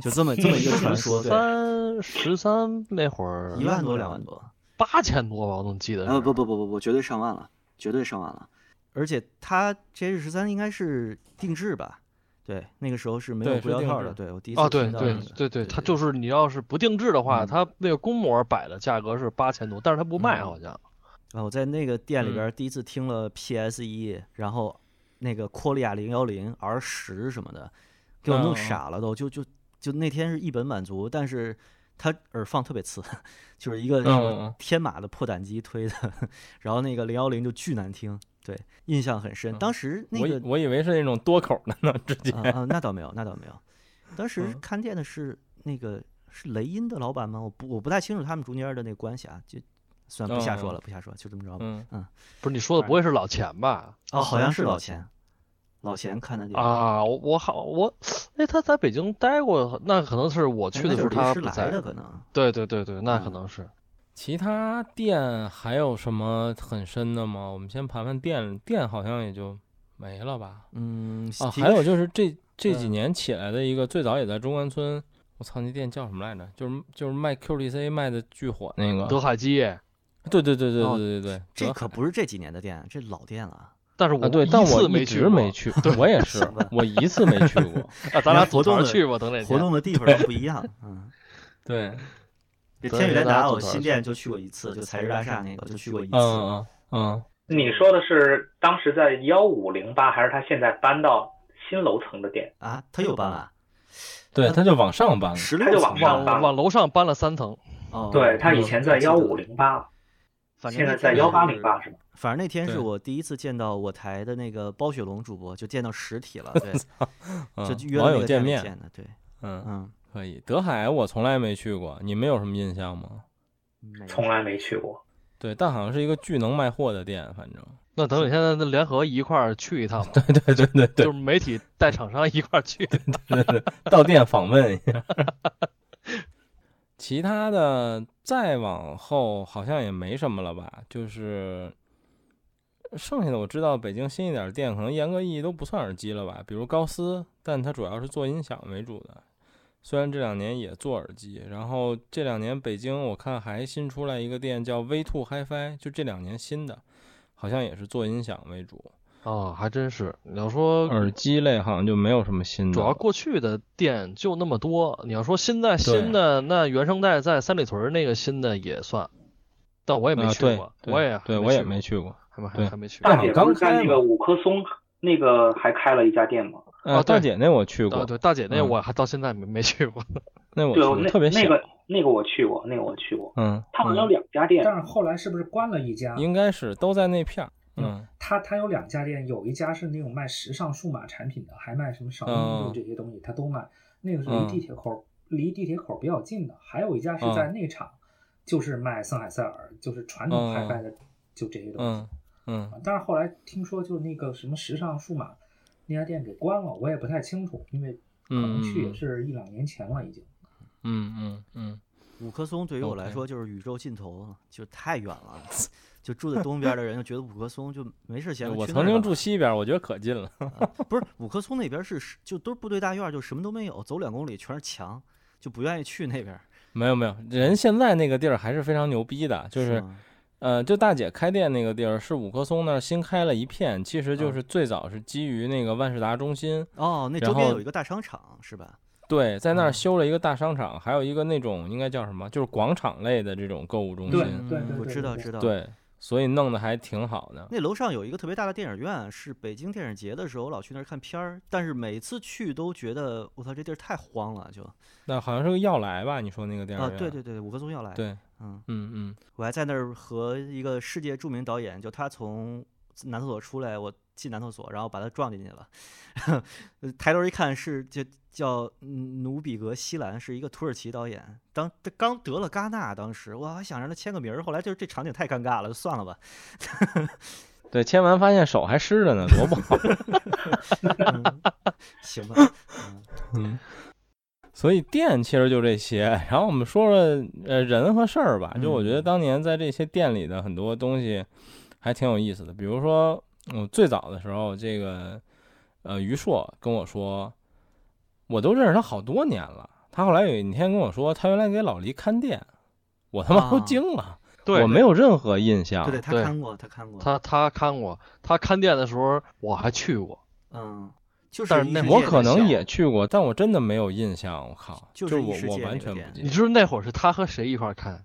就这么这么 一个传说，十对，三十三那会儿一万多啊两万，多，八千多吧，我总记得是。呃不不不不不，绝对上万了，绝对上万了。而且它 J 十三应该是定制吧？对，那个时候是没有对不要是定套制哦的，对我第一次啊，对听到对那个对对，它对就是你要是不定制的话，嗯它那个公模摆的价格是八千多，但是它不卖嗯好像。啊，我在那个店嗯里边儿第一次听了 PS 一，然后那个科利亚零幺零 R 十什么的，给我弄嗯傻了都，就就就那天是一本满足，但是它耳放特别次， 就是一个什嗯嗯么嗯天马的破胆机推的， 然后那个零幺零就巨难听，对，印象很深。当时那嗯我以个我以为是那种多口的呢，直接啊 啊，那倒没有，那倒没有。当时嗯看店的是那个是雷音的老板吗？我不我不太清楚他们中间的那个关系啊，就算了不瞎说嗯嗯了，不瞎说，就这么着吧。嗯不是你说的不会是老钱吧？哦，好像是老钱钱，老钱看的店，啊！我我好我，哎，他在北京待过，那可能是我去那的就时候是他临时不来在的。可能。对对对对，那可嗯能是。其他店还有什么很深的吗？我们先盘盘店，店好像也就没了吧。嗯，啊，其还实有就是这这几嗯年起来的一个，最早也在中关村，我操，那店叫什么来着？就是就是卖 QDC 卖的巨火那个。德海基，对对对对哦对对对，这德可不是这几年的店，这老店了。但是我啊对，一但我次一直没去过没 去，我也是吧，我一次没去过。啊，咱俩活组团动的去吧，等哪活天。动的地方都不一样，嗯， 对，这对天宇大联家达组我团新去店就去过一次，就材质大厦那个就去过一嗯次，嗯嗯，你说的是当时在幺五零八，还是他现在搬到新楼层的店？啊，他又搬了，对，他就往上搬了。十它六就层往上高搬往往楼上搬了三层，哦，对他以嗯前在记得幺了五零八，反正现那在在天幺八是零八是吧？反正那天是对我第一次见到我台的那个包雪龙主播，就见到实体了， 对，嗯就约网了那友个见店里面，见的，对，嗯，嗯，可以。德海我从来没去过，你们有什么印象吗？嗯没从来没去过。对，但好像是一个巨能卖货的店，反正。那等哪天咱联合一块儿去一趟吧， 对对对对 对就是媒体带厂商一块 儿去。对对，到店访问一下。其他的再往后好像也没什么了吧，就是剩下的我知道北京新一点的店，可能严格意义都不算耳机了吧，比如高斯，但它主要是做音响为主的，虽然这两年也做耳机，然后这两年北京我看还新出来一个店叫 V Two HiFi，就这两年新的，好像也是做音响为主，哦，还真是。你要说耳机类好像就没有什么新的了，主要过去的店就那么多，你要说现在新的，那原生带在三里屯儿那个新的也算，但我也没啊去对过，对我也对还我也去过没去过。还没还对还没去大过。姐姐刚不是在开那嘛个五棵松那个还开了一家店吗？呃，啊大对姐那我去啊，过，对，大姐那嗯我还到现在没没去过。 那我对，去那过，特别小那，个那个我去过，那个我去过。嗯，他好像嗯有两家店，但是后来是不是关了一家？应该是都在那片儿，嗯他他有两家店，有一家是那种卖时尚数码产品的，还卖什么少嗯林度这些东西，他都卖。那个是嗯离地铁口、离地铁口比较近的，还有一家是在嗯内场，就是卖森海塞尔，就是传统嗯拍卖的，就这些东西嗯。嗯，但是后来听说，就是那个什么时尚数码那家店给关了，我也不太清楚，因为可能去也是一两年前了已经。嗯嗯嗯，五棵松对于我来 OK 说就是宇宙尽头，就太远了。 就住在东边的人就觉得五棵松就没事闲对着 我去那儿干曾经嘛住西边，我觉得可近了， 不是五棵松那边是是就都是部队大院，就什么都没有，走两公里全是墙，就不愿意去那边儿。没有没有，人现在那个地儿还是非常牛逼的，就是吗呃，就大姐开店那个地儿是五棵松那儿新开了一片，其实就嗯是最早是基于那个万事达中心，哦，那然周边后有一个大商场是吧？对，在那儿嗯修了一个大商场，还有一个那种应该叫什么，就是广场类的这种购物中对心，对嗯对我对知对道对知道。，对，所以弄得还挺好的。那楼上有一个特别大的电影院，是北京电影节的时候我老去那儿看片儿，但是每次去都觉得我操这地儿太荒了，就那好像是个要来吧？你说那个电影啊院？对对对，五棵松要来，对，嗯。嗯嗯，我还在那儿和一个世界著名导演，就他从男厕所出来，我进男厕所，然后把他撞进去了。 呃抬头一看是就叫嗯努比格·西兰，是一个土耳其导演。当他刚得了戛纳，当时我还想让他签个名儿，后来就是这场景太尴尬了，就算了吧。对，签完发现手还湿着呢，多不好。 嗯 行吧，嗯嗯。所以店其实就这些，然后我们说说呃人和事儿吧。就我觉得嗯当年在这些店里的很多东西还挺有意思的，比如说我最早的时候，这个呃于硕跟我说，我都认识他好多年了。他后来有一天跟我说，他原来给老黎看店，我他妈都啊惊了，对，我没有任何印象。对对，他对看过，他看过，他他看过，他看店的时候我还去过，嗯，就是但是异那世界会儿我的可能小也去过，但我真的没有印象。我靠，就就是异我世我界那完个全店不记你得。知道那会儿是他和谁一块儿看？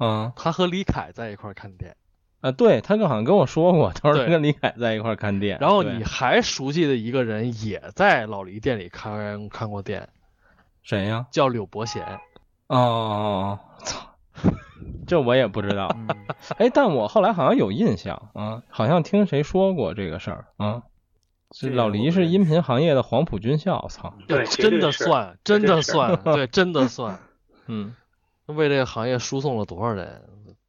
嗯他和李凯在一块儿看店，啊，对他跟好像跟我说过，他说他对跟李凯在一块儿看店。然后对你还熟悉的一个人也在老黎店里看看过店，谁呀？叫柳伯贤。哦哦哦，操，这我也不知道。嗯，哎，但我后来好像有印象啊，好像听谁说过这个事儿啊。这这老个我黎不是认音频行业的黄埔军校，操，对绝对真的是算，绝真对的是算， 对，真的算，嗯，为这个行业输送了多少人？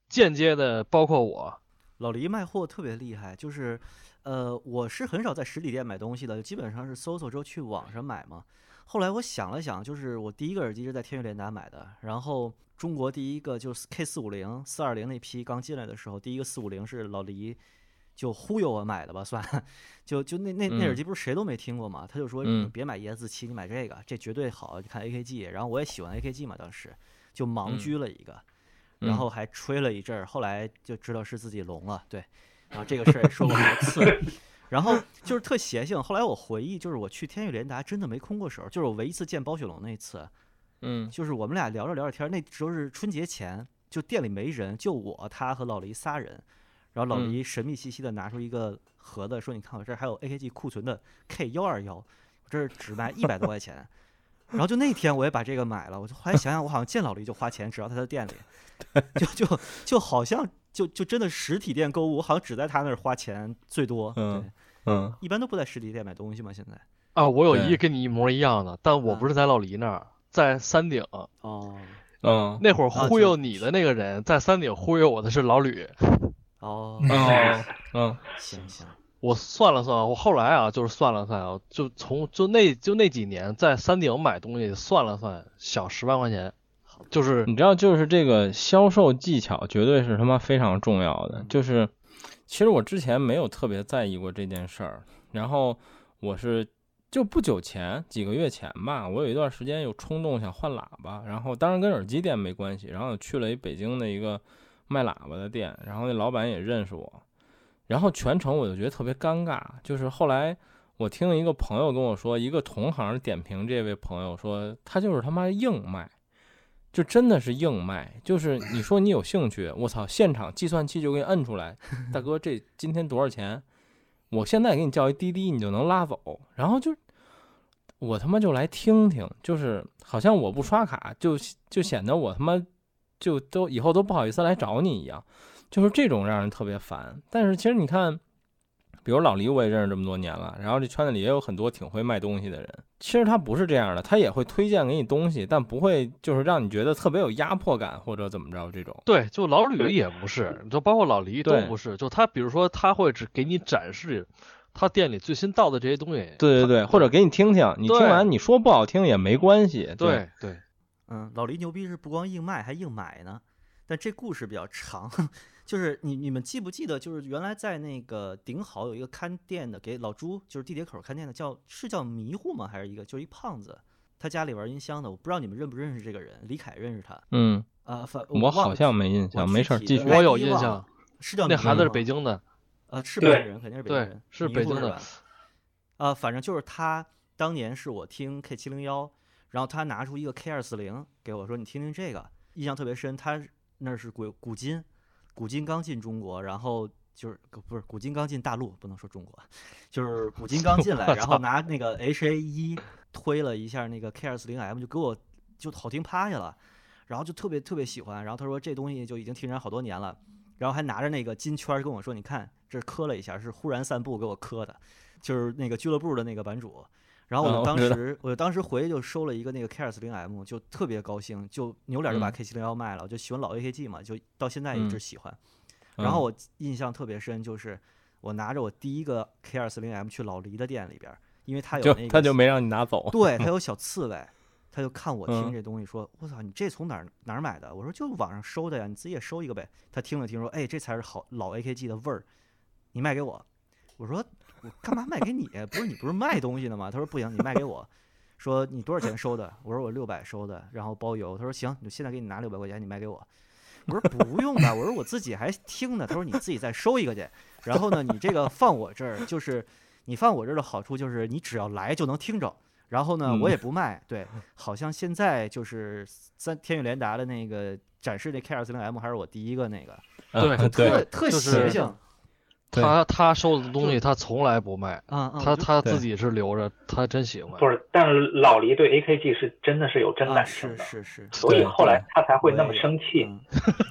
间接的包括我，老黎卖货特别厉害，就是，呃，我是很少在实体店买东西的，基本上是搜搜之后去网上买嘛。后来我想了想，就是我第一个耳机是在天悦联达买的，然后中国第一个就是 K 四五零、四二零那批刚进来的时候，第一个四五零是老黎就忽悠我买的吧，算，就就那那那耳嗯机不是谁都没听过嘛，他就说嗯你别买椰子七，你买这个，这绝对好，你看 AKG，然后我也喜欢 AKG 嘛，当时就盲嗯狙了一个，嗯然后还吹了一阵儿，后来就知道是自己聋了，对，然啊后这个事儿也说过很多次，然后就是特邪性。后来我回忆，就是我去天悦联达真的没空过手，就是我唯一次见包雪龙那一次，嗯就是我们俩聊着聊着天儿，那时候是春节前，就店里没人，就我他和老黎仨人，然后老嗯黎神秘兮兮的拿出一个盒子，说：“你看我这儿还有 AKG 库存的 K 幺二幺，我这儿只卖一百多块钱。”然后就那天我也把这个买了，我就后来想想，我好像见老黎就花钱，只要他的 店里，就就就好像就就真的实体店购物，我好像只在他那儿花钱最多，对嗯嗯，一般都不在实体店买东西嘛，现在啊，我有一对个跟你一模一样的，但嗯我不是在老黎那儿，在山顶。哦嗯，那会儿啊忽就悠你的那个人，在山顶忽悠我的是老吕。哦，哦，嗯，行行，我算了算啊，我后来啊，就是算了算啊，就从就那就那几年在山顶买东西，算了算小十万块钱，就是你知道，就是这个销售技巧绝对是他妈非常重要的。就是，其实我之前没有特别在意过这件事儿，然后我是就不久前几个月前吧，我有一段时间有冲动想换喇叭，然后当然跟耳机店没关系，然后去了一北京的一个卖喇叭的店，然后那老板也认识我，然后全程我就觉得特别尴尬，就是后来。我听一个朋友跟我说，一个同行点评这位朋友说，他就是他妈硬卖，就真的是硬卖，就是你说你有兴趣，我操，现场计算器就给你摁出来，大哥，这今天多少钱？我现在给你叫一滴滴，你就能拉走。然后就我他妈就来听听，就是好像我不刷卡，就就显得我他妈就都以后都不好意思来找你一样，就是这种让人特别烦。但是其实你看，比如老黎，我也认识这么多年了，然后这圈子里也有很多挺会卖东西的人。其实他不是这样的，他也会推荐给你东西，但不会就是让你觉得特别有压迫感或者怎么着这种。对，就老吕也不是，就包括老黎都对不是，就他比如说他会只给你展示他店里最新到的这些东西，对对对，或者给你听听，你听对完你说不好听也没关系。对对，嗯，老黎牛逼是不光硬卖还硬买呢，但这故事比较长， 就是你你们记不记得，就是原来在那个顶好有一个看店的，给老朱就是地铁口看店的，叫是叫迷糊吗？还是一个就是一胖子，他家里玩音箱的，我不知道你们认不认识这个人，李凯认识他，嗯，啊，反我忘好了像没印象，具没事儿，体继的续。我有 ID 印忘象了是叫迷那孩子糊是吗北京的，啊，是北京对人，肯定是北京对人，是迷北糊京的吧。啊，反正就是他当年是我听 K 七零幺，然后他拿出一个 K 二四零给我说，你听听这个，印象特别深。他那是古古今，古今刚进中国，然后就是不是古今刚进大陆，不能说中国，就是古今刚 进来，然后拿那个 H A 一推了一下那个 K 二四零 M，就给我就好听趴下了，然后就特别特别喜欢。然后他说这东西就已经听人好多年了，然后还拿着那个金圈儿跟我说，你看这磕了一下，是忽然散步给我磕的，就是那个俱乐部的那个版主。然后我嗯就我当知道时，我就当时回去就收了一个那个 K 二四零 M，就特别高兴，就扭脸就把嗯 K 七零幺卖了。我就喜欢老 AKG 嘛，就到现在一直嗯喜欢。然后我我印象特别深，就是我拿着我第一个 K 二四零 M 去老黎的店里边儿，因为他有就那个他就没让你拿走。 对他有小刺猬，他就看我听嗯这东西说，我操，你这从哪儿哪儿买的？我说就网上收的呀，你自己也收一个呗。他听了听说，哎，这才是好老 AKG 的味儿，你卖给我。我说我干嘛卖给你？不是你不是卖东西的吗？他说不行，你卖给我。说你多少钱收的？我说我六百收的，然后包邮。他说行，你现在给你拿六百块钱，你卖给我。我说不用吧，我说我自己还听呢。他说你自己再收一个去，然后呢，你这个放我这儿就是你放我这儿的好处就是你只要来就能听着，然后呢嗯我也不卖。对，好像现在就是三天域联达的那个展示那 K 二四零 M 还是我第一个那个，对啊特对，特就是邪性对他他收的东西他从来不卖，啊啊！他我就他对自己是留着，他真 喜欢。不是，但是老黎对 AKG 是真的是有真啊感情是的，是是。所以对后来他才会那么对生气。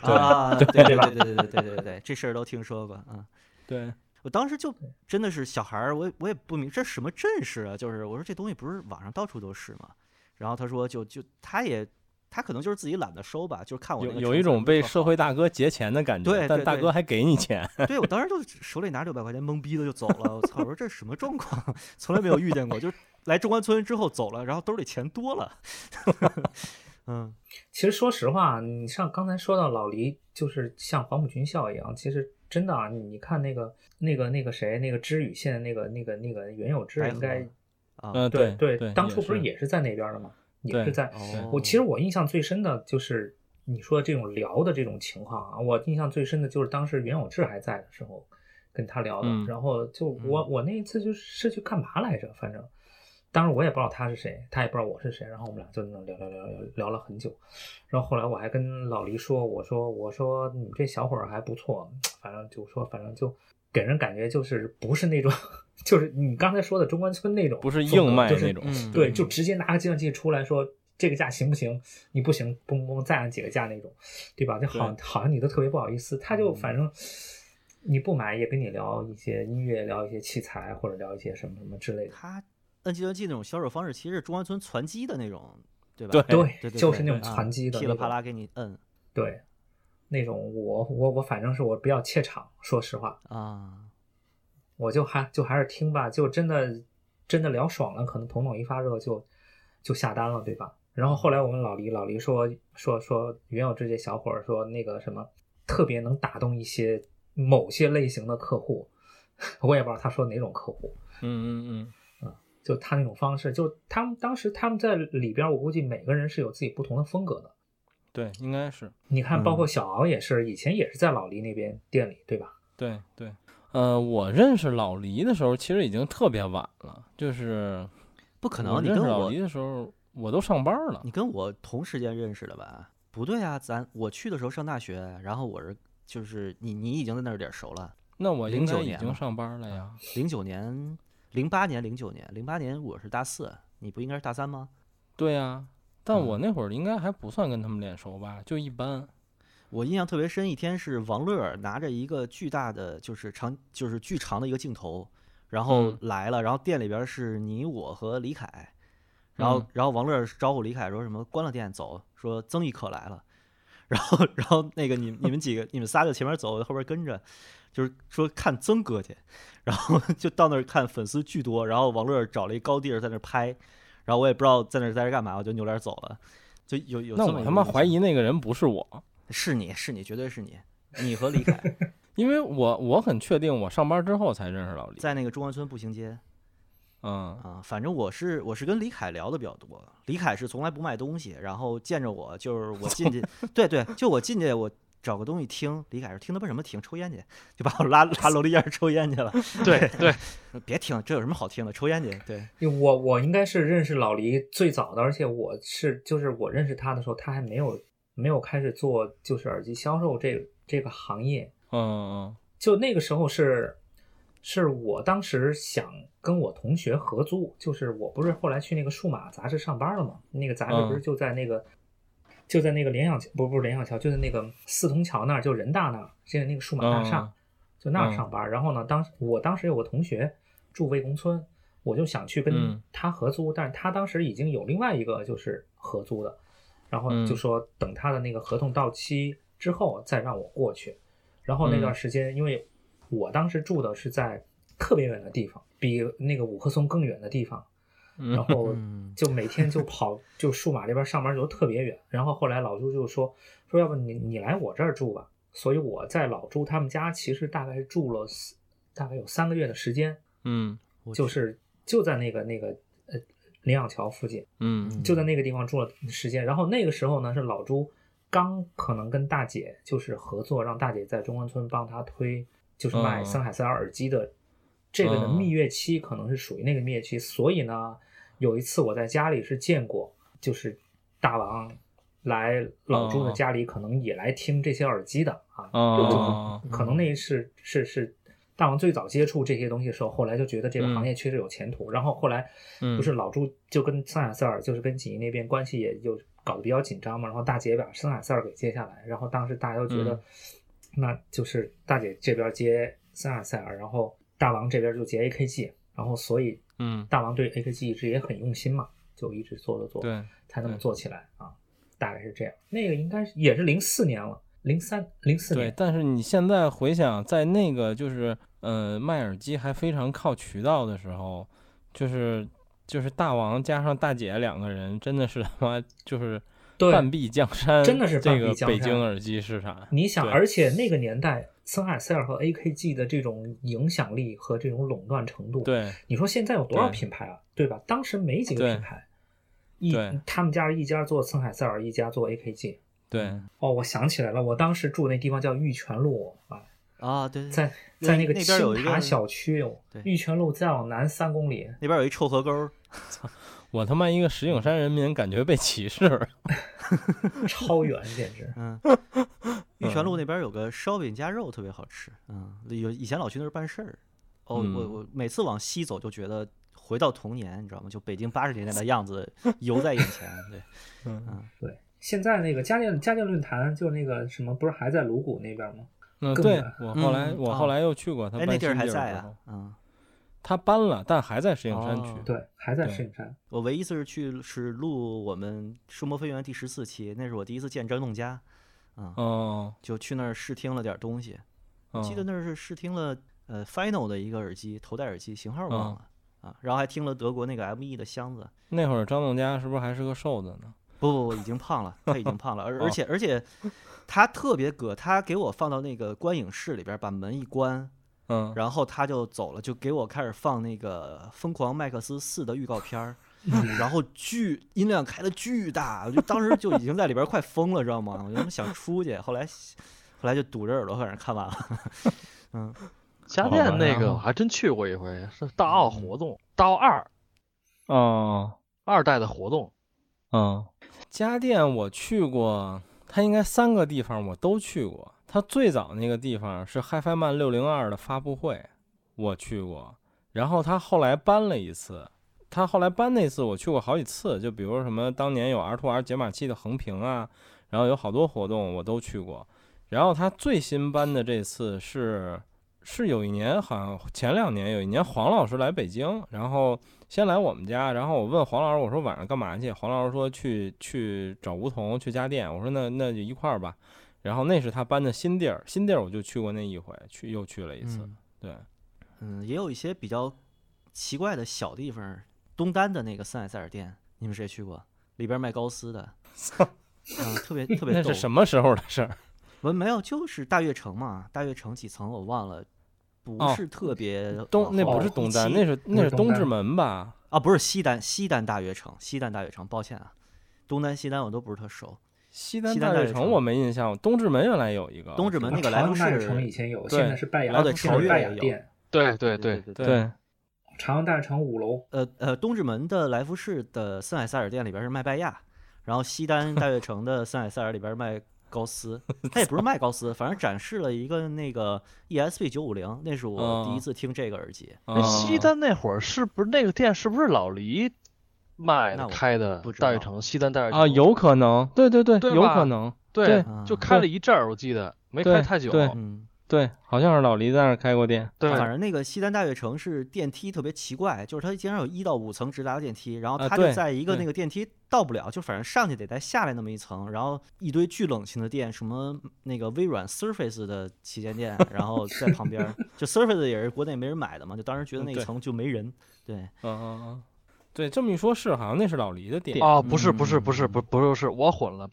嗯啊，对对对对对对对对对，这事儿都听说过啊。嗯对，我当时就真的是小孩儿，我也我也不明这什么阵势啊，就是我说这东西不是网上到处都是吗？然后他说就就他也他可能就是自己懒得收吧，就是看我那有个有成一色种不被错社会大哥劫钱的感觉，对但对大对哥还给你钱，对我当时就手里拿六百块钱懵逼的就走了，我操！我说这是什么状况？从来没有遇见过，就是来中关村之后走了，然后兜里钱多了， 嗯其实说实话，你像刚才说到老黎，就是像黄埔军校一样，其实真的啊，你你看那个那个那个谁，那个知宇现在那个那个那个袁有之白应河该啊嗯，对对当初不是是也是在那边的吗？也对是在。哦，我其实我印象最深的就是你说这种聊的这种情况啊，我印象最深的就是当时袁有志还在的时候跟他聊的，嗯然后就我我那一次就是是去干嘛来着，反正。当时我也不知道他是谁，他也不知道我是谁，然后我们俩就那种聊聊聊聊聊了很久，然后后来我还跟老黎说，我说我说你这小伙儿还不错，反正就说反正就给人感觉就是不是那种， 就是你刚才说的中关村那种不是风格硬卖就是那种，嗯对，就直接拿个计算器出来说这个价行不行？你不行，嘣嘣嘣再按几个价那种，对吧？就好好像你都特别不好意思，他嗯就反正你不买也跟你聊一些音乐，聊一些器材或者聊一些什么什么之类的。他按计算器那种销售方式，其实是中关村传机的那种，对吧？对哎对对对对，就是那种啊传机的噼那里啪种啦给你摁对，那种我我我反正是我比较怯场，说实话，啊。我就还就还是听吧，就真的真的聊爽了，可能头脑一发热就就下单了，对吧？然后后来我问老黎，老黎说说说原有这些小伙儿说那个什么特别能打动一些某些类型的客户，我也不知道他说哪种客户，嗯嗯就他那种方式，就他们当时他们在里边儿，我估计每个人是有自己不同的风格的。嗯，对，应该是。你看，包括嗯小敖也是，以前也是在老黎那边店里，对吧？对对，呃，我认识老黎的时候，其实已经特别晚了，就是不可我能，你认跟识老我黎的时候，我都上班了你。跟我同时间认识的吧？不对啊，咱我去的时候上大学，然后我是就是你你已经在那儿有点熟了。那我应09该已年啊经嘛上班了呀。零九年、零八年、零九年、零八年我是大四，你不应该是大三吗？对呀、但嗯我那会儿应该还不算跟他们脸熟吧，就一般。我印象特别深，一天是王乐儿拿着一个巨大的，就是长，就是巨长的一个镜头，然后嗯来了，然后店里边是你我和李凯，然后嗯然后王乐儿招呼李凯说什么关了店走，说曾轶可来了， 然后然后那个你你们几个你们仨就前面走，我在后边跟着，就是说看曾哥去， 然后就到那儿看粉丝巨多，然后王乐儿找了一高地儿在那儿拍，然后我也不知道在那儿在这干嘛，我就扭脸走了。就有有那这么我一他个妈印象怀疑那个人不是我，是你是你，绝对是你，你和李 凯因为我我很确定我上班之后才认识老黎。在那个中关村步行街嗯啊，反正我是我是跟李凯聊的比较多，李凯是从来不卖东西，然后见着我就是我进去，对对，就我进去我。找个东西听，李凯说听他妈什么听，抽烟去，就把我 拉拉楼梯间儿抽烟去了。对对，说别听，这有什么好听的？抽烟去。对，我我应该是认识老黎最早的，而且我是就是我认识他的时候，他还没有没有开始做就是耳机销售这这个行业。嗯嗯就那个时候是是我当时想跟我同学合租，就是我不是后来去那个数码杂志上班了嘛，那个杂志嗯不是就在那个、就在那个联想桥，不不是联想桥，就在那个四通桥那儿，就人大那儿，现在那个数码大厦。嗯就那儿嗯上班儿。然后呢，当时我当时有个同学住魏公村，我就想去跟嗯他合租，但是他当时已经有另外一个就是合租的，然后就嗯说等他的那个合同到期之后再让我过去。然后那段嗯时间，因为我当时住的是在特别远的地方，比那个五棵松更远的地方，嗯，然后嗯就每天就跑，就数码这边上班就特别远。然后后来老朱就说说，要不你你来我这儿住吧。所以我在老朱他们家其实大概是住了四大概有三个月的时间，嗯我就去是就在那个那个呃林养桥附近，嗯嗯就在那个地方住了时间。然后那个时候呢，是老朱刚可能跟大姐就是合作，让大姐在中关村帮他推，就是卖嗯森海塞尔耳机的这个的嗯蜜月期可能是属于那个蜜月期，所以呢，有一次我在家里是见过，就是大王来老嗯朱的家里，可能也来听这些耳机的啊，哦，可能那是是是大王最早接触这些东西的时候，后来就觉得这个行业确实有前途，然后后来嗯不是老朱就跟桑雅塞尔，就是跟锦衣那边关系也就搞得比较紧张嘛，然后大姐把桑雅塞尔给接下来，然后当时大家都觉得，嗯那就是大姐这边接桑雅塞尔，然后大王这边就接 AKG，然后所以嗯，大王对 AKG 一直也很用心嘛，就一直做做做，对，才能对做起来啊，大概是这样。那个应该是也是零四年了，零三零四对，年，但是你现在回想，在那个就是呃卖耳机还非常靠渠道的时候，就是就是大王加上大姐两个人，真的是他妈就是对半壁江山，真的是这半壁个江北山京耳机市场。你想，对而且那个年代，森海塞尔和 AKG 的这种影响力和这种垄断程度，对你说现在有多少对品牌啊？对吧？当时没几个对品牌，一对他们家是一家做森海塞尔，一家做 AKG。对，哦，我想起来了，我当时住那地方叫玉泉路啊，啊，对对，对在那在那个那边有青一塔个小区哦对，玉泉路再往南三公里，那边有一臭河沟，。我他妈一个石景山人民，感觉被歧视了。 超远，简直 嗯，玉泉嗯路那边有个烧饼夹肉特别好吃，嗯，有以前老去那儿办事儿。哦，嗯我我每次往西走就觉得回到童年，你知道吗？就北京八十年代的样 子游在眼前。对，对，现在那个家电家电论坛，就是那个什么，不是还在鲁谷那边吗？嗯，更对远我后来嗯我啊后来又去过他哎，搬那新地地儿还的在时啊候，嗯，他搬了，但还在石景山区哦。对，还在对石景山。我唯一一次是去是录我们《数魔飞猿》第十四期，那是我第一次见张栋佳，嗯，哦，就去那儿试听了点东西。哦记得那儿是试听了呃 Final 的一个耳机，头戴耳机，型号嗯忘了、啊，然后还听了德国那个 ME 的箱子。那会儿张栋家是不是还是个瘦子呢？不不不，已经胖了，他已经胖了，而而且而且他特别葛，他给我放到那个观影室里边，把门一关，嗯，然后他就走了，就给我开始放那个《疯狂麦克斯四》的预告片儿。然后巨音量开的巨大，我就当时就已经在里边快疯了，知道吗？我就想出去，后来后来就堵着耳朵，反正看完了。家好吧电那然个后嗯我还真去过一回，是大奥活动，大奥二哦，二代的活动。嗯，家电我去过，它应该三个地方我都去过。它最早那个地方是 HiFi Man 六零二的发布会，我去过。然后它后来搬了一次，它后来搬那次我去过好几次，就比如什么当年有 R to R 解码器的横屏啊，然后有好多活动我都去过。然后它最新搬的这次是是有一年好像前两年有一年黄老师来北京，然后先来我们家，然后我问黄老师，我说晚上干嘛去？黄老师说去去找梧桐去家电，我说那那就一块儿吧。然后那是他搬的新地儿，新地儿我就去过那一回，去又去了一次。对，嗯，也有一些比较奇怪的小地方，东单的那个森海塞尔店，你们谁去过？里边卖高斯 的，啊，特别特别那逗。是什么时候的事儿？我没有，就是大悦城嘛，大悦城几层我忘了，不哦是特别往后、 东那不是东单，那是是那是东东单直门吧？啊，不是西单，西单大悦城，西单大悦城，抱歉啊，东单西单我都不是特熟。哦西单西单大大悦悦城城我没印象，东直门原来有一个。东直门那个朝莱阳福大悦城以士，前有，对现在是拜啊雅，对现在朝是越拜也雅有店。对对对对，对，对，朝阳大悦城五楼，呃呃，东直门的来福士的森海塞尔店里边是卖拜亚，然后西单大悦城的森海塞尔里边卖高斯，他也不是卖高斯，反正展示了一个那个 ESP 九五零，那是我第哦一次听这个耳机，那西啊单那会儿是不是那个店是不是老黎卖那的我开的不知大悦道城西单大悦城啊，有可能，对对对，对有吧可能，对对，就嗯开了一阵儿，我记得没对开太久。对嗯。对，好像是老黎在那儿开过店。对啊反正那个西单大悦城是电梯特别奇怪，就是它竟然有一到五层直达的电梯，然后啊它就对在一个对那个电梯到不了，就反正上去得再下来那么一层，然后一堆巨冷清的店，什么那个微软 Surface 的旗舰店，然后在旁边儿，就 Surface 也是国内没人买的嘛，就当时觉得嗯那对层就没人，对，嗯嗯嗯，对，这么一说，是好像那是老黎的店。哦，不是不是不是嗯不不是，是我混了，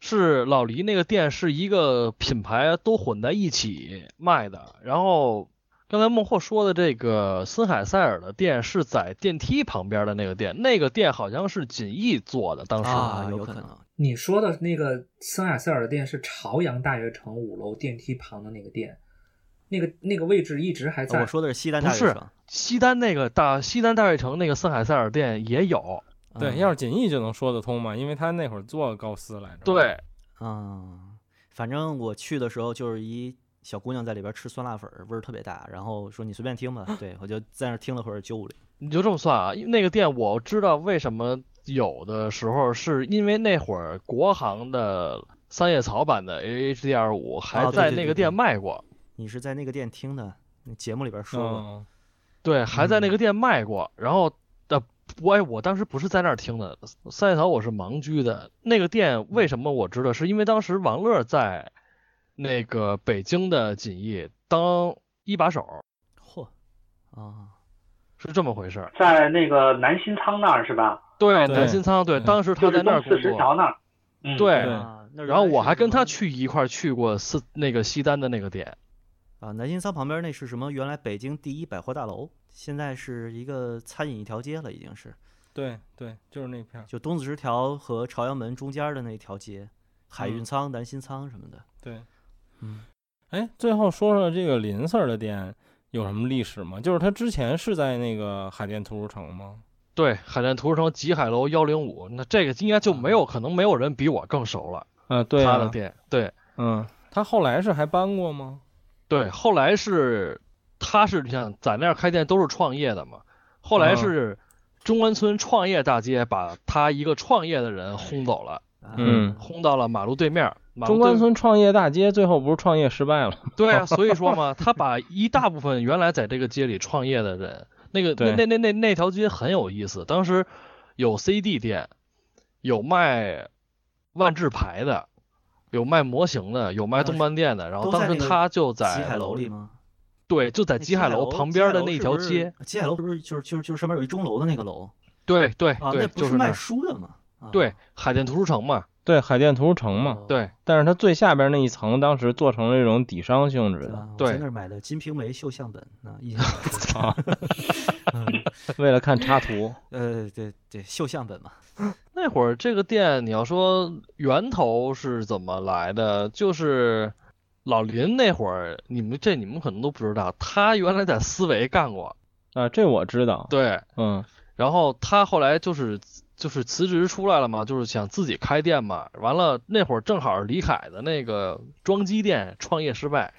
是老黎那个店是一个品牌都混在一起卖的。然后刚才孟获说的这个森海塞尔的店是在电梯旁边的那个店，那个店好像是锦艺做的，当时啊，有可能。能，你说的那个森海塞尔的店是朝阳大悦城五楼电梯旁的那个店，那个那个位置一直还在。啊我说的是西单不大是悦城，西单那个大西单大悦城那个森海塞尔店也有，对，嗯要是锦艺就能说得通嘛，因为他那会儿做高斯来着。，对，嗯，反正我去的时候就是一小姑娘在里边吃酸辣粉儿，味儿特别大，然后说你随便听吧，对我就在那儿听了会儿九五零，你就这么算啊？因为那个店我知道为什么有的时候是因为那会儿国行的三叶草版的 HDR 五啊还对在对那对个对店卖过，你是在那个店听的，那节目里边说过，嗯，对，还在那嗯个店卖过。然后呃，我哎，我当时不是在那儿听的，三叶草我是盲居的。那个店为什么我知道？是因为当时王乐在那个北京的锦艺当一把手，嚯、嗯啊，是这么回事儿。在那个南新仓那儿是吧？对，对南新仓，对，对当时他就是在那东儿四工十作。桥那儿。嗯，对啊那然后原来我是还什跟他么去一块儿去过四那个西单的那个店，啊，南京仓旁边那是什么？原来北京第一百货大楼，现在是一个餐饮一条街了，已经是对对，就是那片儿。就东子十条和朝阳门中间的那一条街，海运嗯仓、南新仓什么的。对，嗯，哎，最后说说这个林 Sir 的店有什么历史吗？就是他之前是在那个海淀图书城吗？对，海淀图书城极海楼幺零五，那这个应该就没有，可能没有人比我更熟了。啊，对他的店，对嗯，他后来是还搬过吗？对，后来是他是你想在那儿开店都是创业的嘛，后来嗯是中关村创业大街把他一个创业的人轰走了，啊，嗯，轰到了马路对面儿。马路中关对村创业大街最后不是创业失败了？ 对啊，所以说嘛，他把一大部分原来在这个街里创业的人，那个对那那那那那条街很有意思。当时有 CD 店，有卖万智牌的，有卖模型的，有卖动漫店的。然后都在当时那个他就在极海楼里？吗？对，就在那极海楼旁边的那条街。，极海楼是不是极海楼是不是就是就是就是上面有一钟楼的那个楼对对啊？对，那不就是那卖儿。书的吗？啊对，海淀图书城嘛。对，海淀图书城嘛。对，但是它最下边那一层当时做成了这种底商性质的，啊我对在那儿买的《金瓶梅》绣像本啊， 印象很深嗯为了看插图。呃，对对，绣像本嘛，那会儿这个店，你要说源头是怎么来的，就是老林那会儿，你们这你们可能都不知道，他原来在思维干过，啊，这我知道。对，嗯，然后他后来就是就是辞职出来了嘛，就是想自己开店嘛，完了那会儿正好李凯的那个装机店创业失败。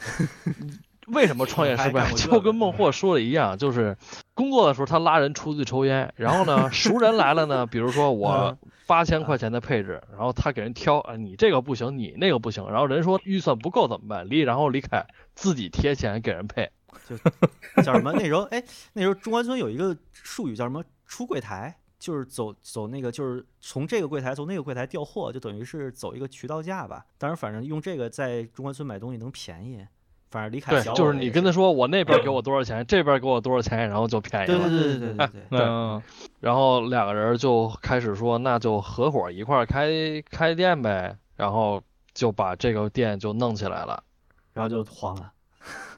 为什么创业失还败？干过这就个跟孟获说的一样，就是工作的时候他拉人出去抽烟，然后呢，熟人来了呢，比如说我八千块钱的配置，然后他给人挑啊，你这个不行，你那个不行，然后人说预算不够怎么办？李然后李凯自己贴钱给人配，叫什么？那时候哎，那时候中关村有一个术语叫什么“出柜台”，就是走走那个，就是从这个柜台从那个柜台调货，就等于是走一个渠道价吧。当然，反正用这个在中关村买东西能便宜。反正李凯对，小就我是你也跟他说我那 边给我多少钱，这边给我多少钱，然后就便宜对了。对对对对对对。那然后两个人就开始说，那就合伙一块儿开开店呗，然后就把这个店就弄起来了，然后就黄了。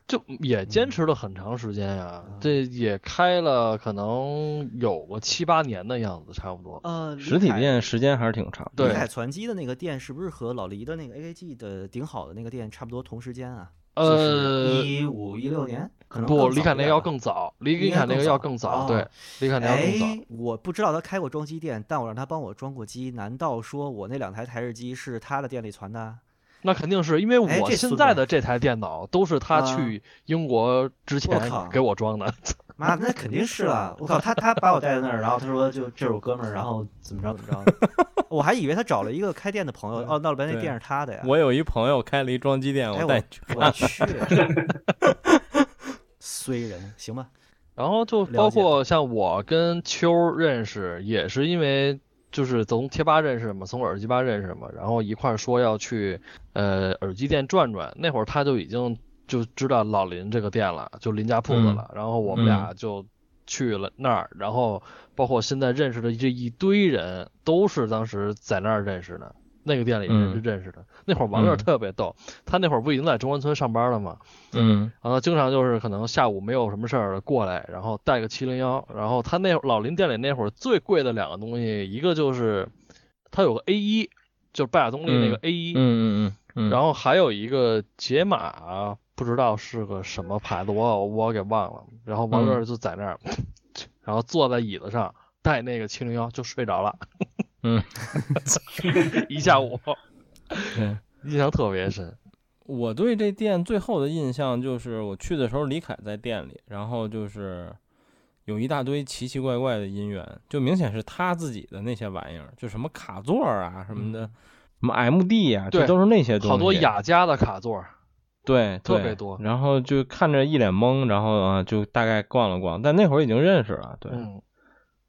就也坚持了很长时间呀、嗯这也开了可能有个七八年的样子，差不多。呃，李实体凯店时间还是挺长。李对凯传机的那个店是不是和老黎的那个 AKG 的顶好的那个店差不多同时间啊？呃，一五一六年，可能不，更李早凯一那点个要吧更早，李应李该凯那更个要早更哦早，对，李凯那个要更早。哎，我不知道他开过装机店，但我让他帮我装过机。难道说我那两台台式机是他的店里传 的？那肯定是因为哎我这现孙在子的这台电脑都是他啊去英国之前靠给我装的。妈，那肯定是 了！我靠，他他把我带到那儿，然后他说就这是我哥们儿，然后怎么着怎么着， 我还以为他找了一个开店的朋友，哦，闹了半天嗯对店是他的呀。我有一朋友开了一装机店，哎我带你去我看。 去，衰人，行吧？然后就了包解括像我跟秋儿认识，也是因为就是从贴吧认识嘛，从耳机吧认识嘛，然后一块儿说要去呃耳机店转转。那会儿他就已经就知道老林这个店了，就林家铺子了。然后我们俩就去了那儿，然后包括现在认识的这一堆人，都是当时在那儿认识的。那个店里嗯认认识的，那会儿王乐嗯特别逗，他那会儿不已经在中关村上班了吗？嗯然后经常就是可能下午没有什么事儿过来，然后带个七零幺，然后他那会儿老林店里那会儿最贵的两个东西，一个就是他有个 A 一，就是拜亚东利那个嗯 A 一、嗯嗯嗯。然后还有一个解码不知道是个什么牌子，我我给忘了。然后嗯王乐就在那儿，然后坐在椅子上带那个七零幺就睡着了，嗯， 一 下午，对印象特别深。我对这店最后的印象就是，我去的时候李凯在店里，然后就是有一大堆奇奇怪怪的音源，就明显是他自己的那些玩意儿，就什么卡座啊什么的，什么 MD 啊，嗯对这都是那些东西，好多雅家的卡座，对，特对别多然后就看着一脸懵，然后啊，就大概逛了逛，但那会儿已经认识了，对，嗯，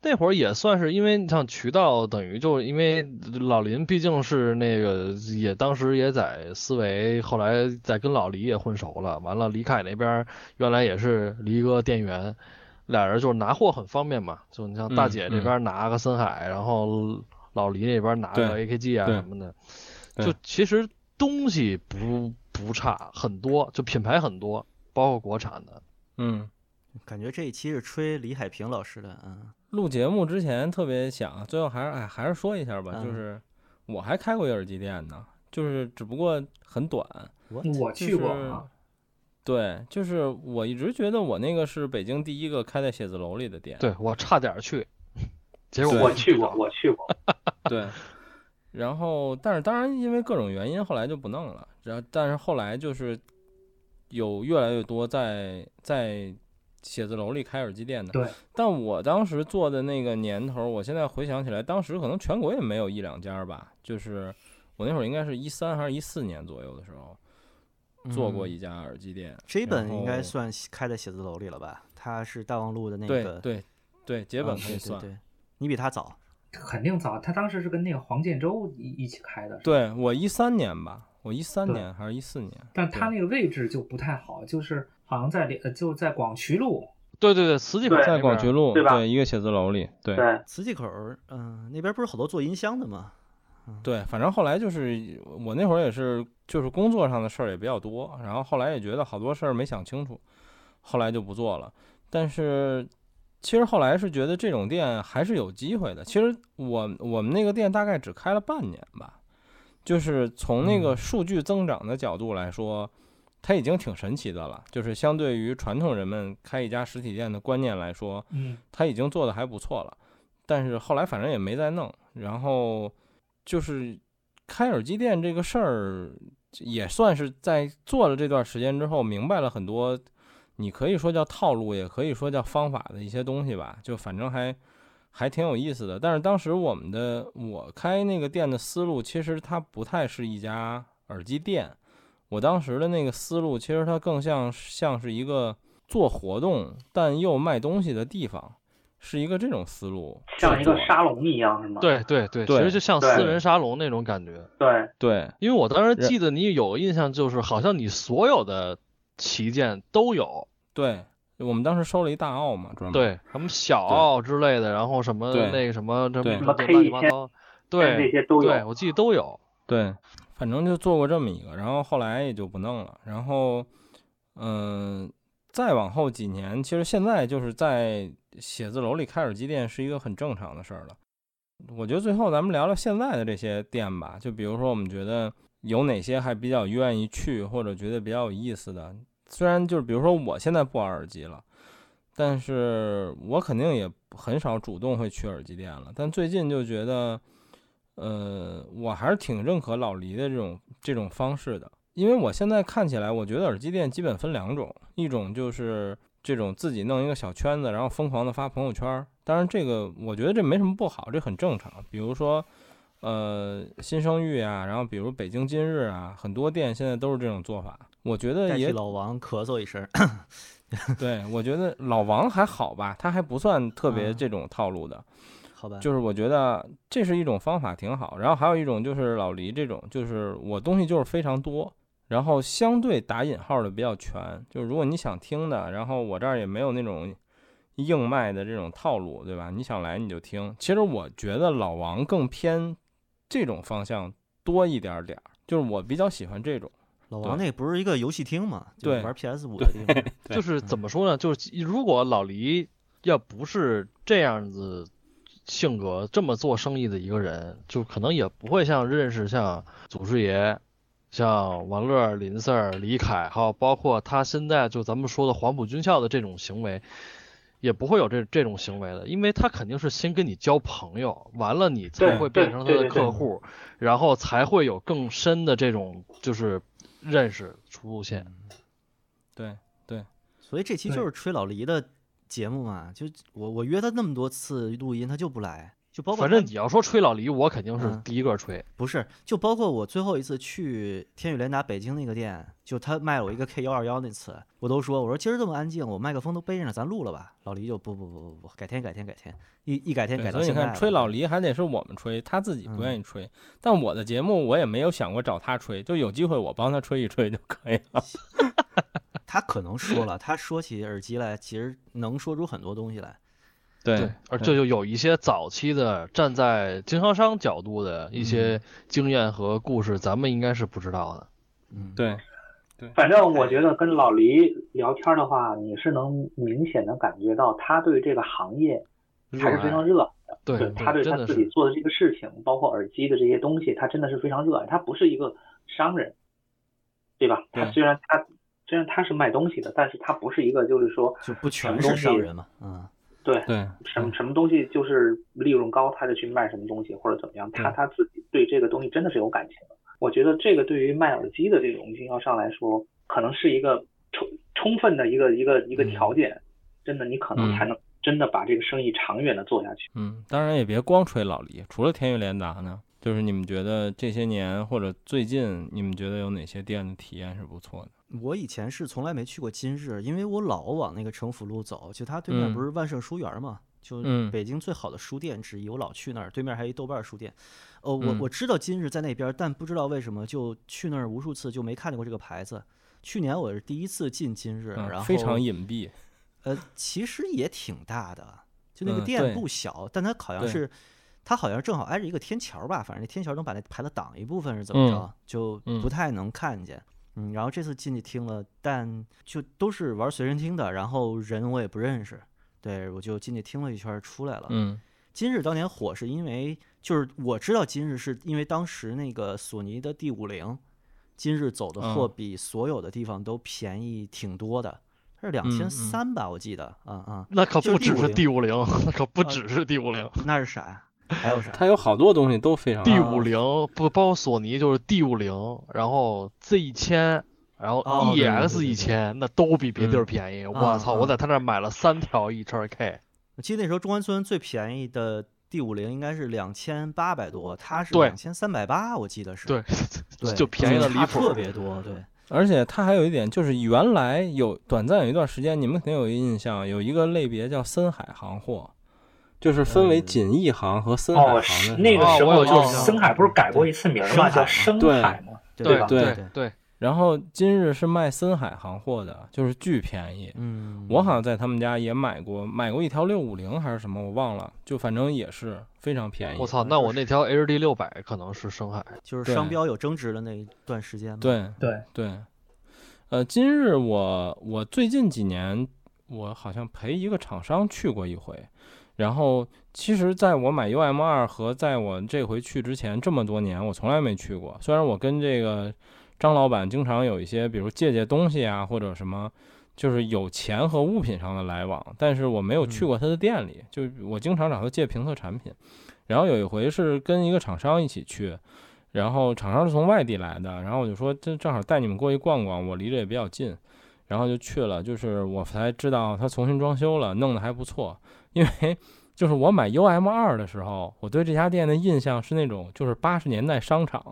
那会儿也算是因为你像渠道，等于就是因为老林毕竟是那个也当时也在思维，后来在跟老李也混熟了。完了，李凯那边儿原来也是黎哥店员，俩人就是拿货很方便嘛。就你像大嗯姐这边拿个森海，然后老黎那边拿个对 AKG 啊对什么的，对就其实东西不不差，很多就品牌很多，包括国产的。嗯，感觉这一期是吹李海平老师的，嗯，录节目之前特别想，最后还是哎还是说一下吧，嗯就是我还开过一耳机店呢，就是只不过很短，我就去过是啊，对，就是我一直觉得我那个是北京第一个开在写字楼里的店，对我差点儿去，结果对我去过，我去过。对，然后但是当然因为各种原因，后来就不弄了。然后但是后来就是有越来越多在在写字楼里开耳机店的。对。但我当时做的那个年头儿，我现在回想起来，当时可能全国也没有一两家儿吧。就是我那会儿应该是一三还是一四年左右的时候做过嗯一家耳机店。 J 然本应该后算开在写字楼里了吧？他是大望路的那对个，对对，杰本嗯可以对算。对对，你比他早，肯定早，他当时是跟那个黄建州一一起开的，对我一三年吧，我一三对年还是一四年？但他那个位置就不太好，就是好像在里呃就在广渠路，对对对，磁器口对那在边广渠路，对吧一个写字楼里，对磁器口儿，嗯，那边不是好多做音箱的吗？对，反正后来就是我那会儿也是，就是工作上的事儿也比较多，然后后来也觉得好多事儿没想清楚，后来就不做了。但是其实后来是觉得这种店还是有机会的。其实我我们那个店大概只开了半年吧，就是从那个数据增长的角度来说，它已经挺神奇的了。就是相对于传统人们开一家实体店的观念来说，嗯，他已经做的还不错了，但是后来反正也没再弄。然后就是开耳机店这个事儿，也算是在做了这段时间之后，明白了很多，你可以说叫套路，也可以说叫方法的一些东西吧。就反正还还挺有意思的。但是当时我们的我开那个店的思路，其实它不太是一家耳机店。我当时的那个思路，其实它更像像是一个做活动但又卖东西的地方，是一个这种思路去做的。像一个沙龙一样是吗？对对对，对其实就像私对人沙龙那种感觉。对，对因为我当时人记得你有印象，就是好像你所有的旗舰都有，对，我们当时收了一大奥嘛，专门对，什么小奥之类的，然后什么嗯对那个什么这对什什么么乱七八糟，这对些都有。对，我记得都有。对，反正就做过这么一个，然后后来也就不弄了。然后，嗯、再往后几年，其实现在就是在写字楼里开耳机店是一个很正常的事儿了。我觉得最后咱们聊聊现在的这些店吧，就比如说我们觉得有哪些还比较愿意去，或者觉得比较有意思的。虽然就是比如说我现在不玩耳机了，但是我肯定也很少主动会去耳机店了。但最近就觉得，呃，我还是挺认可老黎的这种这种方式的，因为我现在看起来，我觉得耳机店基本分两种，一种就是这种自己弄一个小圈子，然后疯狂的发朋友圈儿。当然，这个我觉得这没什么不好，这很正常。比如说，呃，新生育啊，然后比如北京今日啊，很多店现在都是这种做法。我觉代得替也老王咳嗽一声， 对，我觉得老王还好吧，他还不算特别嗯这种套路的。好吧？就是我觉得这是一种方法，挺好。然后还有一种就是老黎这种，就是我东西就是非常多，然后相对打引号的比较全。就是如果你想听的，然后我这儿也没有那种硬卖的这种套路，对吧？你想来你就听。其实我觉得老王更偏这种方向多一点儿点儿，就是我比较喜欢这种。老王那不是一个游戏厅嘛？就对玩 PS 五的地方。 对就是怎么说呢？就是如果老黎要不是这样子性格这么做生意的一个人，就可能也不会像认识像祖师爷，像王乐、林 Sir、李凯，还有包括他现在就咱们说的黄埔军校的这种行为，也不会有这这种行为的，因为他肯定是先跟你交朋友，完了你才会变成他的客户，然后才会有更深的这种就是认识出现。对对，所以这期就是吹老黎的节目嘛，就我我约他那么多次录音，他就不来。就包括反正你要说吹老黎，我肯定是第一个吹、嗯。不是，就包括我最后一次去天宇联达北京那个店，就他卖了我一个 K 幺二幺那次，我都说我说今儿这么安静，我麦克风都背着呢，咱录了吧。老黎就不不不不不，改天改天改天，一一改天改到所以你现在看，了嗯吹老黎还得是我们吹，他自己不愿意吹。但我的节目我也没有想过找他吹，就有机会我帮他吹一吹就可以了。他可能说了，他说起耳机来，其实能说出很多东西来。对，而这就有一些早期的站在经销商角度的一些经验和故事，咱们应该是不知道的。嗯，对，对。反正我觉得跟老黎聊天的话，你是能明显的感觉到他对这个行业还是非常热爱的。对，对他对他自己做的这个事情，包括耳机的这些东西，他真的是非常热爱。他不是一个商人，对吧？他虽然他虽然他是卖东西的，但是他不是一个就是说就不全是商人嘛，嗯。对对，什么什么东西就是利润高，他就去卖什么东西或者怎么样，嗯他他自己对这个东西真的是有感情的。我觉得这个对于卖耳机的这种经销商来说，可能是一个充充分的一个一个一个条件，嗯、真的你可能才能真的把这个生意长远的做下去。嗯，当然也别光吹老黎，除了天悦联达呢，就是你们觉得这些年或者最近，你们觉得有哪些店的体验是不错的？我以前是从来没去过今日，因为我老往那个城府路走，就它对面不是万盛书园嘛，嗯、就北京最好的书店之一，我老去那儿。对面还有一豆瓣书店，哦，我嗯我知道今日在那边，但不知道为什么就去那儿无数次就没看见过这个牌子。去年我是第一次进今日，然后、嗯、啊非常隐蔽，呃，其实也挺大的，就那个店不小，嗯、但它好像是。它好像正好挨着一个天桥吧，反正那天桥能把那牌子挡一部分是怎么着，就不太能看见。嗯，然后这次进去听了，但就都是玩随身听的，然后人我也不认识，对我就进去听了一圈出来了。嗯，今日当年火是因为，就是我知道今日是因为当时那个索尼的 D 五零，今日走嗯的货比所有的地方都便宜挺多的，它是两嗯千三吧，我记得。啊啊，那可不只是 D 五零，那 可不只是 D 五零，那是啥？还有啥？它有好多东西都非常。 D 五零不包括索尼，就是 D 五零，然后 Z 一千，然后 EX 一千，那都比别地儿便宜。我操！我在他那买了三条一叉 K。我记得那时候中关村最便宜的 D 五零应该是两千八百多，它是两千三百八，我记得是。对对， 就便宜的离谱，特别多。对，而且它还有一点，就是原来有短暂有一段时间，你们肯定有印象，有一个类别叫深海行货。就是分为锦艺行和深海行的、哦嗯。那个哦时候就是深海不是改过一次名嘛，叫深海嘛，对吧？对对。然后今日是卖深海行货的，就是巨便宜。嗯，我好像在他们家也买过，买过一条六五零还是什么，我忘了，就反正也是非常便宜。我操，那我那条 HD 六百可能是深海，就是商标有争执的那一段时间嘛。对对对。呃，今日我我最近几年我好像陪一个厂商去过一回。然后，其实，在我买 UM 二和在我这回去之前，这么多年我从来没去过。虽然我跟这个张老板经常有一些，比如借借东西啊，或者什么，就是有钱和物品上的来往，但是我没有去过他的店里。就我经常找他借评测产品。然后有一回是跟一个厂商一起去，然后厂商是从外地来的，然后我就说，这正好带你们过去逛逛，我离着也比较近，然后就去了。就是我才知道他重新装修了，弄得还不错。因为就是我买 UM 二的时候，我对这家店的印象是那种就是八十年代商场，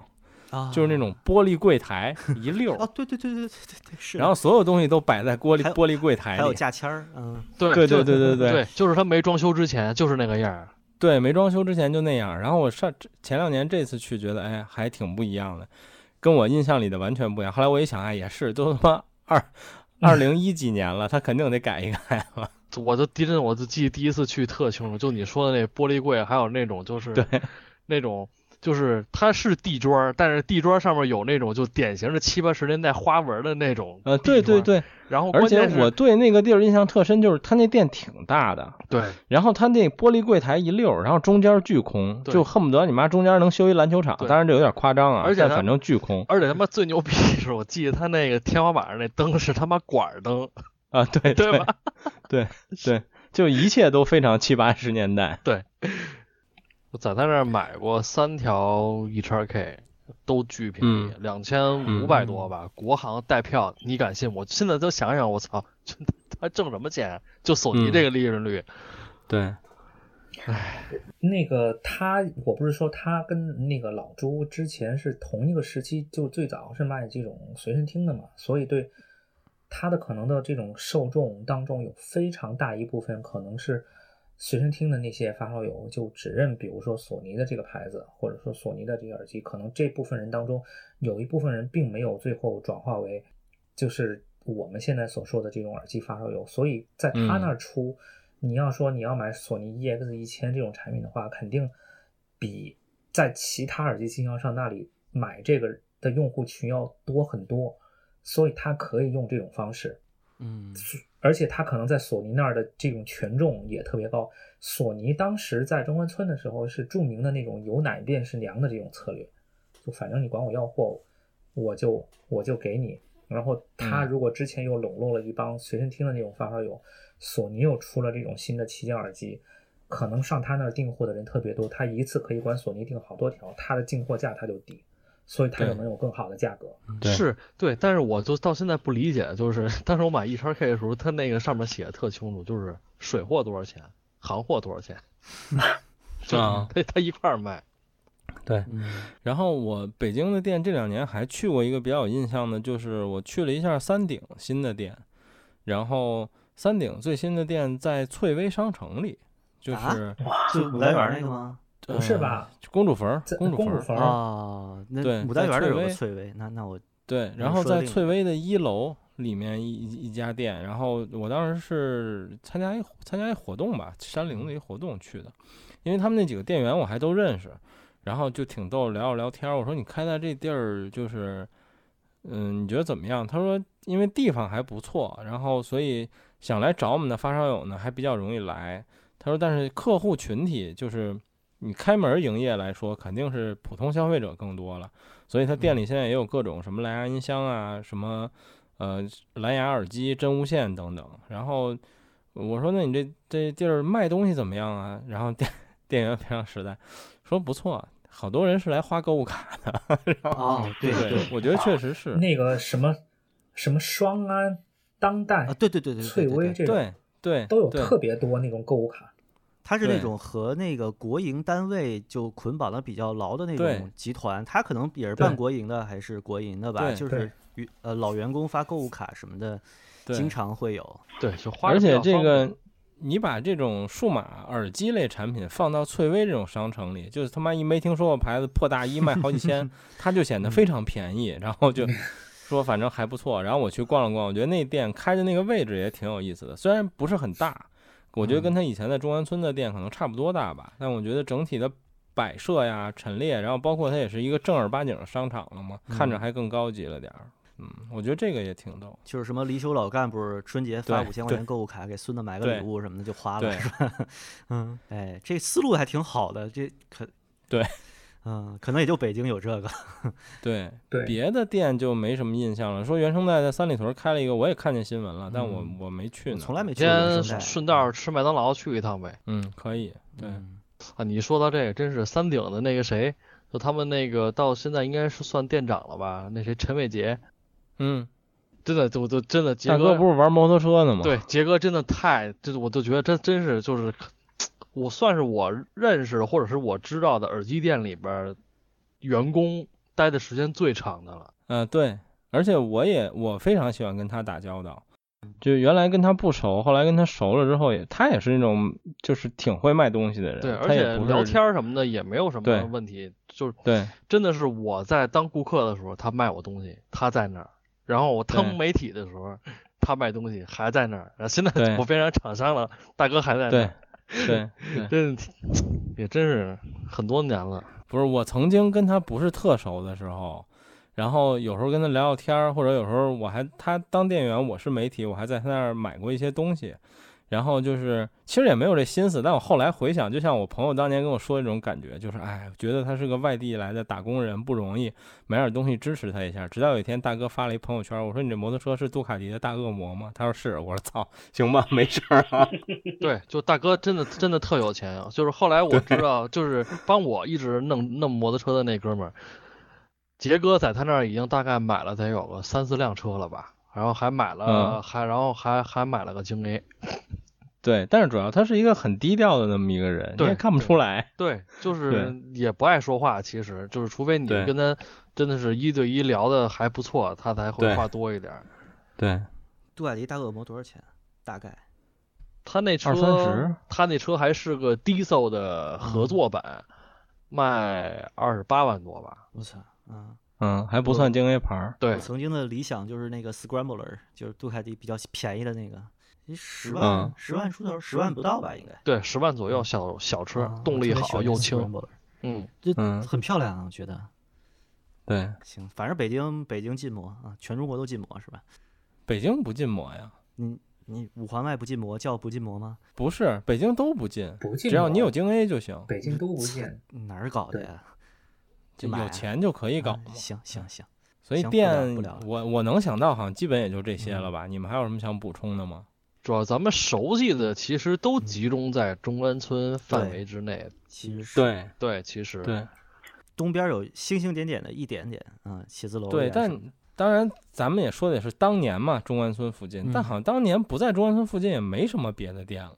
啊，就是那种玻璃柜台一溜儿， 哦，对对对对对对对，是。然后所有东西都摆在玻璃玻璃柜台里，还有价签儿，嗯，对对对对对 对，就是他没装修之前就是那个样儿，对，没装修之前就那样。然后我上前两年这次去觉得，哎，还挺不一样的，跟我印象里的完全不一样。后来我一想，哎，也是，都他妈 二二零一几年了，他肯定得改一改了。我都真的，我就记第一次去特清楚，就你说的那玻璃柜，还有那种就 是对那种就是它是地砖儿，但是地砖儿上面有那种就典型的七八十年代花纹的那种呃，对地对砖儿，对，然后而关且键是我对那个地儿印象特深，就是他那店挺大的，对然后他那玻璃柜台一溜儿，然后中间巨空，对就恨不得你妈中间能修一篮球场，对当然这有点夸张啊，而且但它反正巨空而且他妈最牛逼的是，我记得他那个天花板上那灯是他妈管儿灯，啊，对对对吧对对，就一切都非常七八十年代，我在他那儿买过三条 E 叉 K，都巨便宜，嗯两千五百多吧，国行带票，你敢信？我现在都想想，我操，这他挣什么钱？啊就索尼嗯这个利润率，对，那个他，我不是说他跟那个老朱之前是同一个时期，就最早是卖这种随身听的嘛，所以对他的可能的这种受众当中有非常大一部分可能是随身听的那些发烧友，就只认比如说索尼的这个牌子，或者说索尼的这个耳机，可能这部分人当中有一部分人并没有最后转化为就是我们现在所说的这种耳机发烧友，所以在他那儿出，你要说你要买索尼 EX 一千这种产品的话，肯定比在其他耳机经销商那里买这个的用户群要多很多，所以他可以用这种方式，嗯而且他可能在索尼那儿的这种权重也特别高。索尼当时在中关村的时候是著名的那种有奶便是娘的这种策略，就反正你管我要货，我就我就给你。然后他如果之前又笼络了一帮随身听的那种发烧友，索尼又出了这种新的旗舰耳机，可能上他那儿订货的人特别多，他一次可以管索尼订好多条，他的进货价他就低，所以他就对能有更好的价格。嗯对是对，但是我就到现在不理解，就是 当时我买 E 叉 K 的时候，他那个上面写的特清楚，就是水货多少钱，行货多 少钱，就啊他他一块儿卖，对，然后我北京的店这两年还去过一个比较有印象的，就是我去了一下三鼎新的店，然后三鼎最新的店在翠微商城里，就是、啊就就牡牡丹丹园那园那个个吗？不是吧？呃公主坟儿在，公主公坟主儿，坟儿，哦，那对牡丹在园这翠儿有个微翠微，那那我对，然你后说的在另一翠微的一楼里面一一一家店，然后我当时是参加一参加一活动吧，嗯山林的一活动去的，因为他们那几个店员我还都认识，然后就挺逗，聊啊了聊天儿。我说你开在这地儿就是，嗯，你觉得怎么样？他说因为地方还不错，然后所以想来找我们的发烧友呢还比较容易来。他说但是客户群体就是你开门营业来说，肯定是普通消费者更多了。所以它嗯店里现在也有各种什么蓝牙音箱啊，什么呃蓝牙耳机、真无线等等。然后我说：“那你这这地儿卖东西怎么样啊？”然后店店员非常实在，说：“不错，好多人是来花购物卡的。哦，”对对，我觉得确实是，那个什么什么双安、当代啊，、对对对对，对翠微，对对这种对对都有对特别多那种购物卡。它是那对种和那个国营单位就捆绑的比较牢的那对种集团，它可能也是对半国营的还是国营的吧，对就是与呃老员工发购物卡什么的，对经常会有。对，就花着而比且较这方便个，你把这种数码耳机类产品放到翠微这种商城里，就是他妈一没听说过牌子破大衣卖好几 千，它就显得非常便宜，然后就嗯说反正还不错。然后我去逛了逛，我觉得那店开的那个位置也挺有意思的，虽然不是很大，我觉得嗯跟他以前在中关村的店可能差不多大吧，但我觉得整体的。摆设呀、陈列，然后包括它也是一个正儿八经的商场了嘛，看嗯着还更高级了点儿。嗯，我觉得这个也挺逗。就是什么离休老干部春节发对五千块钱购物卡给孙子买个对礼物什么的就花了，对是吧？嗯，哎，这思路还挺好的，这可 对，嗯，可能也就北京有这个，对，对别的店就没什么印象了。说原生代在三里屯开了一个，我也看见新闻了，但我嗯我没去我呢，从来没去过原先生代。顺道吃麦当劳去一趟呗。嗯，可以，对，嗯，啊，你说到这个，真是三鼎的那个谁，就他们那个到现在应该是算店长了吧？那谁陈伟杰，嗯，真的，就就真的杰大哥哥不是玩摩托车呢吗？对，杰哥真的太，就是我就觉得真真是就是，我算是我认识的或者是我知道的耳机店里边儿员工待的时间最长的了。嗯、对，而且我也我非常喜欢跟他打交道，就原来跟他不熟，后来跟他熟了之后也，他也是那种就是挺会卖东西的人，对，而他也且不是聊天儿什么的也没有什对么问题，就是对真的是我在当顾客的时候，他卖我东西，他在那儿；然后我对当媒体的时候，他卖东西还在那儿。然后现对在我变成厂商 了，大哥还在那对儿，对对真是挺也真是很多年了。不是我曾经跟他不是特熟的时候，然后有时候跟他聊聊天儿，或者有时候我还他当店员，我是媒体，我还在他那儿买过一些东西。然后就是，其实也没有这心思，但我后来回想，就像我朋友当年跟我说的那种感觉，就是，哎，觉得他是个外地来的打工人不容易，买点东西支持他一下。直到有一天，大哥发了一朋友圈，我说你这摩托车是杜卡迪的大恶魔吗？他说是，我说操，行吧，没事儿啊。对，就大哥真的真的特有钱啊！就是后来我知道，就是帮我一直弄弄摩托车的那哥们儿，杰哥在他那儿已经大概买了得有个三四辆车了吧，然后还买了、嗯还然后还还买了个京 A，对，但是主要他是一个很低调的那么一个人，你对也看不出来。对，就是对也不爱说话，其实就是除非你对跟他真的是一对一聊的还不错，他才会对话多一点儿。对，杜卡迪大恶魔多少钱？大概他那车二三十，他那车还是个 Diesel 的合作版，卖二十八万多吧？我操啊！嗯，还不算京 A 牌儿。我对，曾经的理想就是那个 Scrambler，就是杜卡迪比较便宜的那个，十嗯万十万出头，十万不到吧，应该。对，十万左右小小车，啊动力我特别喜好欢又那轻， Scrambler，嗯，就嗯很漂亮啊，我觉得。对，行，反正北京北京禁摩啊，全中国都禁摩是吧？北京不禁摩呀？你你五环外不禁摩，叫不禁摩吗？不是，北京都不禁，不禁只要你摩有京 A 就行，北京都嗯不见，哪儿搞的呀？就买有啊钱就可以搞嘛。啊行行行，所以行不聊店不聊了我我能想到，好像基本也就这些了吧。你们还有什么想补充的吗？主要咱们熟悉的其实都集中在中关村范围之内。其实是嗯对对，其实，东边有星星点点的一点点啊，写字楼对，呀什但么当然咱们也说的也是当年嘛，中关村附近，但嗯好像当年不在中关村附近也没什么别的店了。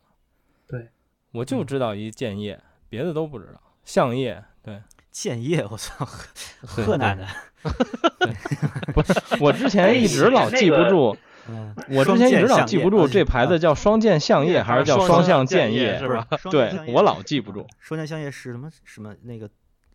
对，我就嗯知道一建业，别的都不知道。相业，对，建业，我操，对河南的，不是，我之前一直老记不住，嗯，我之前一直老记不住啊这牌子叫双剑相业还是叫双向建建业业啊是？不吧？双剑对相，业我是老记不住。双剑相业是什么什么那个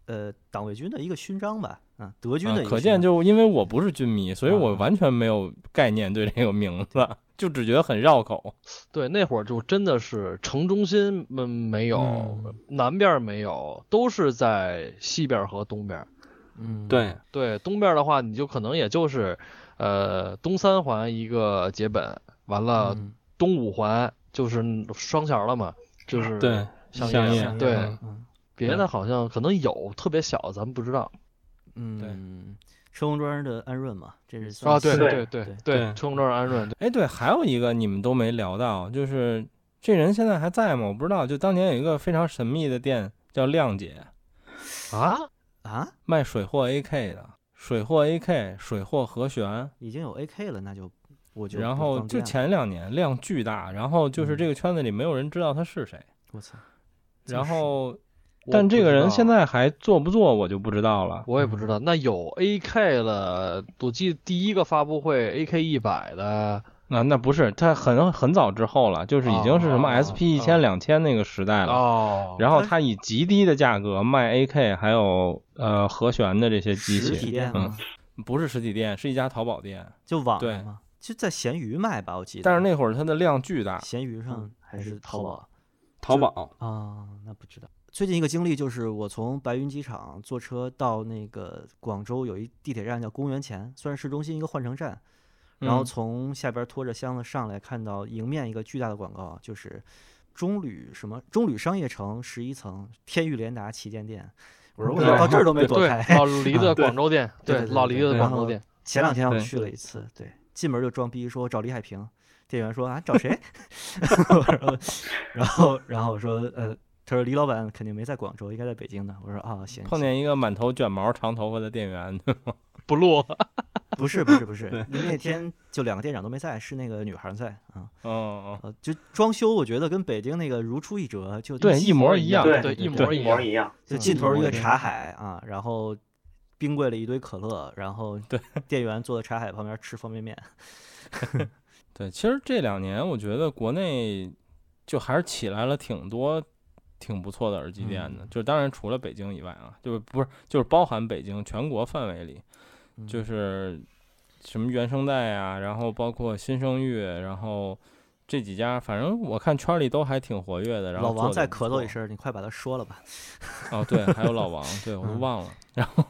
呃党卫军的一个勋章吧？啊，德军啊的一个勋章、可见就因为我不是军迷，所以我啊完全没有概念对这个名字，就只觉得很绕口。对，那会儿就真的是城中心嗯没有，嗯南边没有，都是在西边和东边。嗯，对，东边的话，你就可能也就是，呃，东三环一个节本，完呃了嗯东五环就是双桥了嘛，就是相嗯相业业嘛对，嗯嗯别的好像可能有特别小，咱们不知道。嗯，车公庄的安润嘛，这是算啊，对是对对对对对，对冲着安润，对哎，对，还有一个你们都没聊到，就是这人现在还在吗？我不知道。就当年有一个非常神秘的店叫亮姐，啊，啊，卖水货 AK 的，水货 AK，水货和弦。已经有 AK 了，那就我就然不后方就便了前两年量巨大，然后就是这个圈子里没有人知道他是谁。我操，然后，我但不这个知人道现在还做不做我就不知道了。我也不知道。那有 AK 了，我记得第一个发布会 AK 一百的，啊，那不是，他很很早之后了，就是已经是什么哦哦哦 SP 一千、两千那个时代了。哦，然后嗯他以极低的价格卖 AK，还有呃和弦的这些机实体器，店嗯吗，？不是实体店，是一家淘宝店。就网对上嘛，就在闲鱼卖吧，我记得。但是那会儿它的量巨大，闲鱼上嗯还是淘宝淘宝啊？那不知道。最近一个经历就是，我从白云机场坐车到那个广州有一地铁站叫公园前，算是市中心一个换乘站。然后嗯从下边拖着箱子上来，看到迎面一个巨大的广告，就是中旅什么中旅商业城十一层天誉联达旗舰店。我说我对到这儿都没躲对哦开。老黎的对广州店，对对对老黎的对广州店，前两天我对去了一次，对，进门就装逼说我找李海平，店员说啊找谁？ 然后然后然后我说呃，他说李老板肯定没在广州，应该在北京呢。我说啊行，碰行见一个满头卷毛、长头发的店员，不录。不是不是不是，那天就两个店长都没在，是那个女孩在啊，嗯，呃就装修我觉得跟北京那个如出一辙，就对，一模一一样样，对对一模一模一样。就嗯尽一头模一一个样茶海啊，然后冰柜里一堆可乐，然后对店员坐在茶海旁边吃方便 面，对，其实这两年我觉得国内就还是起来了挺多挺不错的耳机店的，嗯就是当然除了北京以外啊，就是不是就是包含北京全国范围里，嗯就是什么原声带啊，然后包括新声乐，然后这几家，反正我看圈里都还挺活跃的。然后老王做得再不咳嗽一错声，你快把它说了吧。哦，对，还有老王，对我都嗯忘 了。然后，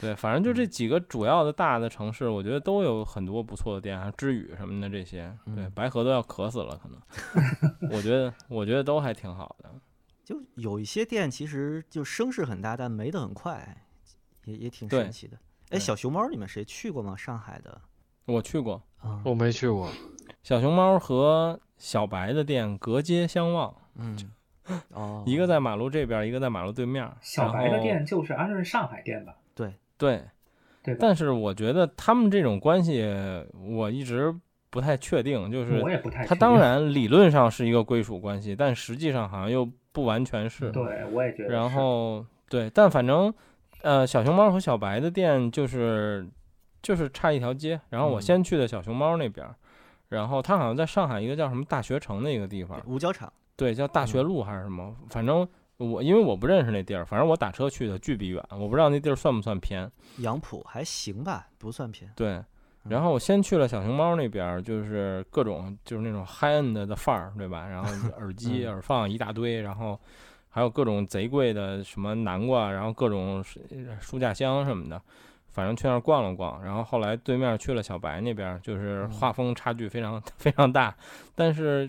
对，反正就这几个主要的大的城市，我觉得都有很多不错的店，还有知宇什么的这些。对，嗯白河都要渴死了，可能。 我觉得，我觉得都还挺好的。就有一些店其实就声势很大，但没得很快，也也挺对神奇的。哎，对小熊猫你们谁去过吗？上海的我去过啊，我没去过，小熊猫和小白的店，隔街相望， 嗯，哦，一个在马路这边，一个在马路对面儿。然小白的后店就是安顺上海店吧？对，对，对吧？但是我觉得他们这种关系，我一直不太确定，就是我也不太它嗯确当定然理论上是一个归属关系，但实际上好像又不完全是。对，我也觉得是。然后对，但反正呃，小熊猫和小白的店就是就是差一条街。然后我嗯先去的小熊猫那边儿，然后它好像在上海一个叫什么大学城的一个地方，五角场，对，叫大学路还是什么，反正。我因为我不认识那地儿，反正我打车去的，巨比远，我不知道那地儿算不算偏。杨浦还行吧，不算偏。对，然后我先去了小熊猫那边儿，就是各种就是那种 high end 的范儿，对吧？然后耳机、嗯耳放一大堆，然后还有各种贼贵的什么南瓜，然后各种书书架箱什么的，反正去那儿逛了逛。然后后来对面去了小白那边儿，就是嗯画风差距非常 非常大，但是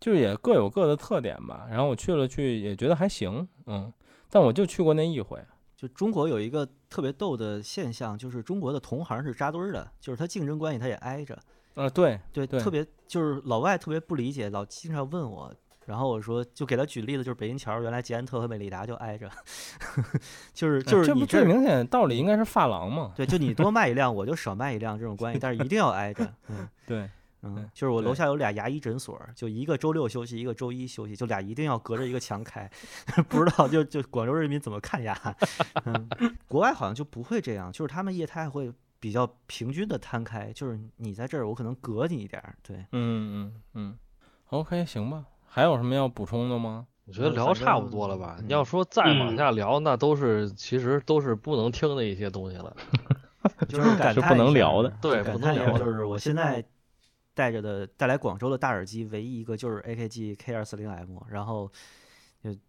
就也各有各的特点吧。然后我去了去也觉得还行，嗯，但我就去过那一回。就中国有一个特别逗的现象，就是中国的同行是扎堆儿的，就是它竞争关系它也挨着。啊，对，对，对特别就是老外特别不理解，老经常问我，然后我说就给他举例子，就是北京桥原来捷安特和美利达就挨着， 就是就啊是这你不这最儿。明显的道理应该是发廊嘛？对，就你多卖一辆，我就少卖一辆这种关系，但是一定要挨着。嗯， 对，嗯对，就是我楼对下有俩牙医诊所，就一个周六休息，一个周一休息，就俩一定要隔着一个墙开， 不知道就就广州人民怎么看牙。嗯，国外好像就不会这样，就是他们业态会比较平均的摊开，就是你在这儿，我可能隔你一点儿。对，嗯嗯嗯，OK，行吧。还有什么要补充的吗？我觉得嗯聊反差不正多了吧？嗯你要说再往嗯下聊，那都是其实都是不能听的一些东西了。就是感是不叹一能下聊的就嗯对感不叹能一下聊的就是我现在带着的带来广州的大耳机，唯一一个就是 AKG K 二四零 M，然后。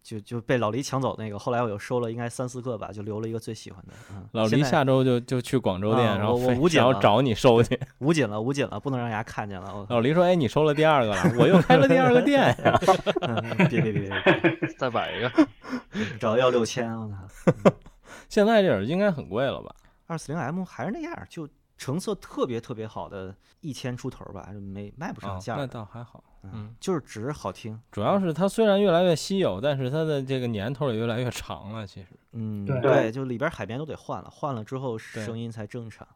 就就就被老黎抢走那个，后来我又收了应该三四个吧，就留了一个最喜欢的。嗯，老现黎在下周就就去广州店，啊然后我我非无解然后了找你收去。捂紧了，捂紧了，不能让牙看见了。我靠 老黎说：“哎，你收了第二个了，我又开了第二个店呀。嗯别别别别，再摆一 个，找要六千，我操！现在这耳机应该很贵了吧？二四零 M 还是那样儿，就成色特别特别好的，一千出头吧，就没卖不啊、上价那儿的，倒还好。嗯，就是只是好听。主要是它虽然越来越稀有，但是它的这个年头也越来越长了。其实，嗯，对对，就里边儿海绵都得换了，换了之后对声音才正常。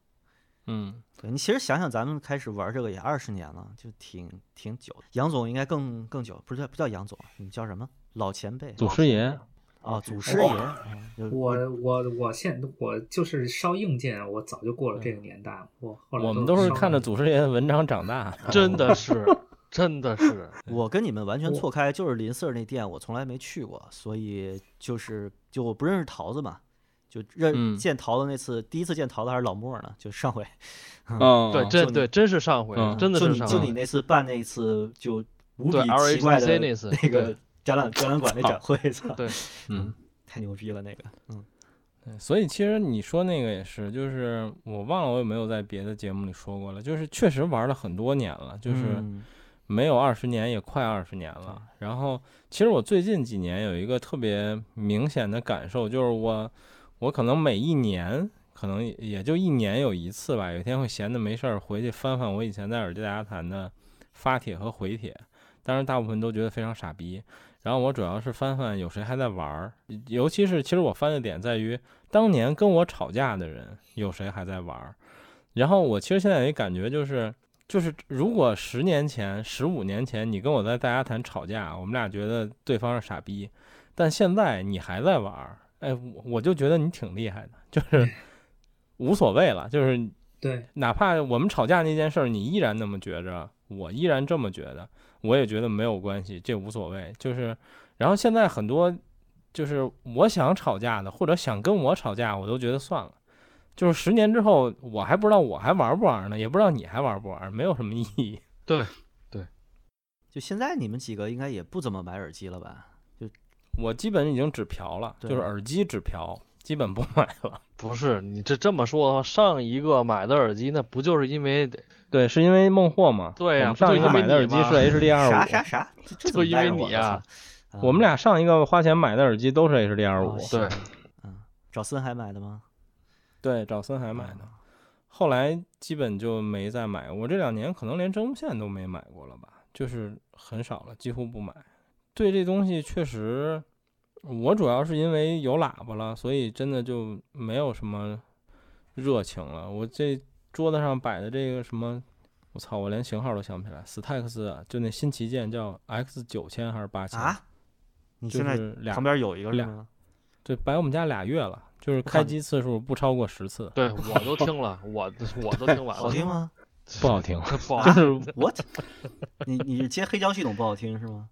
嗯，对你其实想想，咱们开始玩这个也二十年了，就挺挺久的。杨总应该更更久，不是叫不叫杨总，啊你们叫什么？老前辈祖师爷，啊，祖师哦爷。嗯就我我我现我就是烧硬件，啊我早就过了这个年代了。我后来我们都是烧看着硬祖件师爷的文章长大。真的是，真的是，我跟你们完全我错开，就是林 Sir 那店，我从来没去过，所以就是就我不认识桃子嘛，就认、嗯见桃子那次，第一次见桃子还是老莫呢，就上回，嗯，对，就真你对，真是上回嗯， 真的就是你上就你回。那次办那次就无比对奇怪的 RHIC 那次那个展览展览馆那展会，操， 对嗯。”太牛逼了那个，嗯，对所以其实你说那个也是，就是我忘了我有没有在别的节目里说过了，就是确实玩了很多年了，就是嗯没有二十年也快二十年了。然后其实我最近几年有一个特别明显的感受，就是我我可能每一年可能也也就一年有一次吧，有一天会闲的没事儿回去翻翻我以前在耳机大家谈的发帖和回帖，当然大部分都觉得非常傻逼。然后我主要是翻翻有谁还在玩儿，尤其是其实我翻的点在于当年跟我吵架的人有谁还在玩儿。然后我其实现在有一感觉就是，就是如果十年前、十五年前你跟我在大家谈吵架，我们俩觉得对方是傻逼，但现在你还在玩儿，哎，我我就觉得你挺厉害的，就是无所谓了，就是对哪怕我们吵架那件事儿，你依然那么觉着，我依然这么觉得，我也觉得没有关系，这无所谓。就是，然后现在很多就是我想吵架的，或者想跟我吵架，我都觉得算了。就是十年之后，我还不知道我还玩不玩呢，也不知道你还玩不玩，没有什么意义。对对，就现在你们几个应该也不怎么买耳机了吧？我基本已经只嫖了，对就是耳机只嫖，基本不买了。不是你这这么说的话，上一个买的耳机那不就是因为 对，是因为孟获嘛？对呀我们上一个不就买因的耳为你机吗是 HDR 五，啥啥啥？这这怎么就因为带着我你了啊操啊我们俩上一个花钱买的耳机都是 HDR 哦五、行对嗯，找森海买的吗？对，找森海买的。啊后来基本就没再买，我这两年可能连针无线都没买过了吧，就是很少了，几乎不买。对这东西确实，我主要是因为有喇叭了，所以真的就没有什么热情了。我这桌子上摆的这个什么，我操，我连型号都想不起来，Stax 啊，就那新旗舰叫 X 九千还是八千啊？你就现在是俩旁边有一个是俩吗？对，摆我们家俩月了，就是看开机次数不超过十次，对我都听了，我我都听完了，好听？吗不好听。 不好就听，是？What？你 你是接黑胶系统不好听是吗？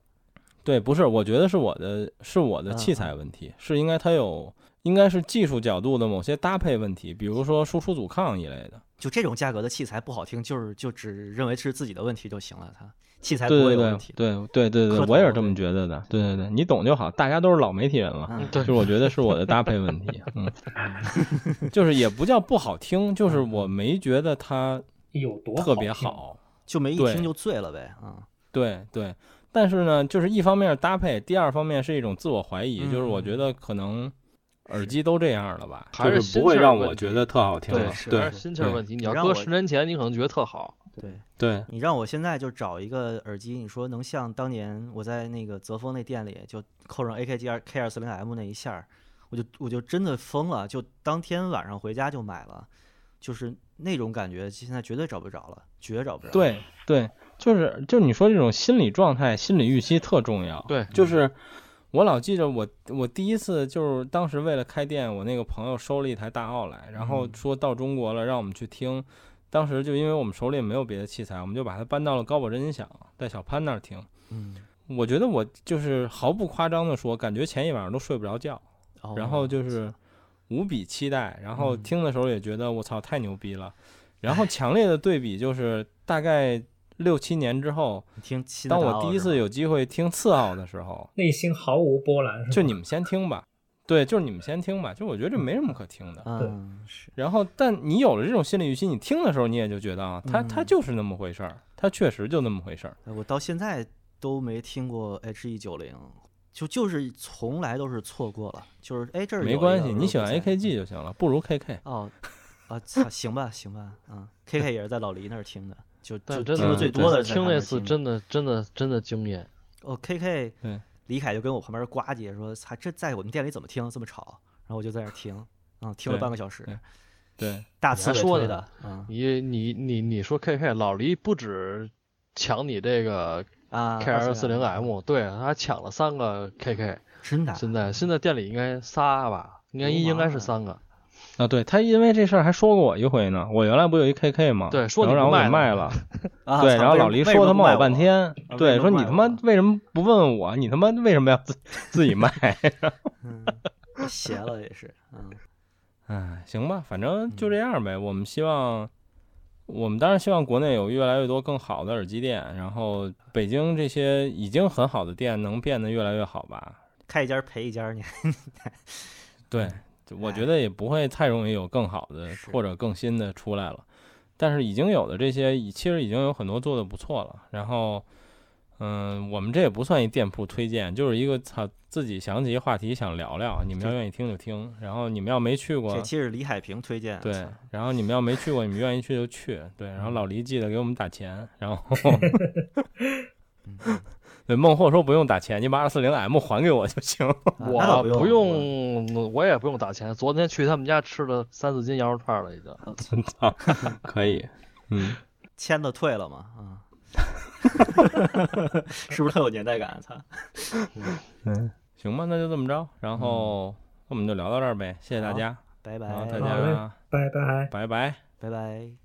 对，不是，我觉得是我的是我的嗯器材问题，是应该它有应该是技术角度的某些搭配问题，比如说输出阻抗一类的。就这种价格的器材不好听，就是就只认为是自己的问题就行了，它器材不会对对有对问题。对对对对磕，我也是头这么对觉得的。对对对，你懂就好，大家都是老媒体人了。嗯，对就是我觉得是我的搭配问 题，嗯， 就是也不叫不好听，就是我没觉得它有多特别听好，就没一对听就醉了呗，啊，对对，但是呢，就是一方面是搭配，第二方面是一种自我怀疑，就是我嗯觉得可能耳机都这样了吧，还就是心不会气儿让问我题觉得特好听对了是。对还是心气儿问题。你要让搁我哦十年前，你可能觉得特好，对。对你让我现在就找一个耳机，你说能像当年我在那个泽峰那店里就扣上 AKG 二 K 二四零 M 那一下儿，我就我就真的疯了，就当天晚上回家就买了，就是那种感觉，现在绝对找不着了，绝找不着。，对对，就是就是你说这种心理状态、心理预期特重要。对就是我老记着我我第一次就是当时为了开店，我那个朋友收了一台大奥来，然后嗯说到中国了，让我们去听。当时就因为我们手里也没有别的器材，我们就把它搬到了高保真音响，在小潘那儿听。嗯，我觉得我就是毫不夸张的说，感觉前一晚上都睡不着觉，哦然后就是无比期待，然后嗯听的时候也觉得我操太牛逼了，然后强烈的对比就是大概六七年之后，你听新的当大奥是我吧，第一次有机会听次奥的 时候，内心毫无波澜，是吧就你们先听吧，对，就是你们先听吧，就我觉得这没什么可听的。嗯是然后，但你有了这种心理预期，你听的时候你也就觉得啊，它它嗯就是那么回事儿，它确实就那么回事儿。哎我到现在都没听过 H E 九零，就就是从来都是错过了，就是哎这儿有没一关个系，我你又喜不欢在 AKG 就行了，不如 KK。哦，啊，操，行吧，行吧，嗯，K K 也是在老黎那儿听的，就就但真听的的最嗯多的是在听他那那儿次的真的真的真的惊艳。哦，K K，对，李凯就跟我旁边呱唧说，他这在我们店里怎么听这么吵，然后我就在那儿听，嗯，听了对半个小时对，对，大你刺还猬说推呢的，嗯你你你你说 KK 老黎不止抢你这个啊 K L 四零 M，对，他还抢了三个 KK。真的啊，现在现在店里应该仨吧，应该流一应该氓啊是三个。啊，对他因为这事儿还说过我一回呢。我原来不有一 KK 吗？对说你然后不让我给卖卖了了，啊对，操然后为老什黎为什说么他不骂卖我半天，啊为对，什么说你卖他妈我为什么不问我？你他妈为什么要 自自己卖？嗯， 邪了也是，嗯，哎， 行吧，反正就这样呗。我们希望，我们当然希望国内有越来越多更好的耳机店，然后北京这些已经很好的店能变得越来越好吧。开一家赔一家，你对，就我觉得也不会太容易有更好的嗯哎是或者更新的出来了。但是已经有的这些，已其实已经有很多做的不错了。然后，嗯，我们这也不算一店铺推荐，就是一个操自己想起一话题想聊聊，你们要愿意听就听。然后你们要没去过这，期是李海平推荐，我对操，啊然后你们要没去过，你们愿意去就去，对。然后嗯老黎记得给我们打钱，然后嗯对孟获说不用打钱，你把二四零 M 还给我就行。啊那倒我不用，用，我也不用打钱。昨天去他们家吃了三四斤羊肉串了，已经。我操操，可以，嗯，签了退了嘛， 啊、是不是特有年代感？啊操，行吧，那就这么着，然后那我们就聊到这儿呗，谢谢大嗯好家，拜然后拜，大好嘞家拜拜。拜拜。拜拜。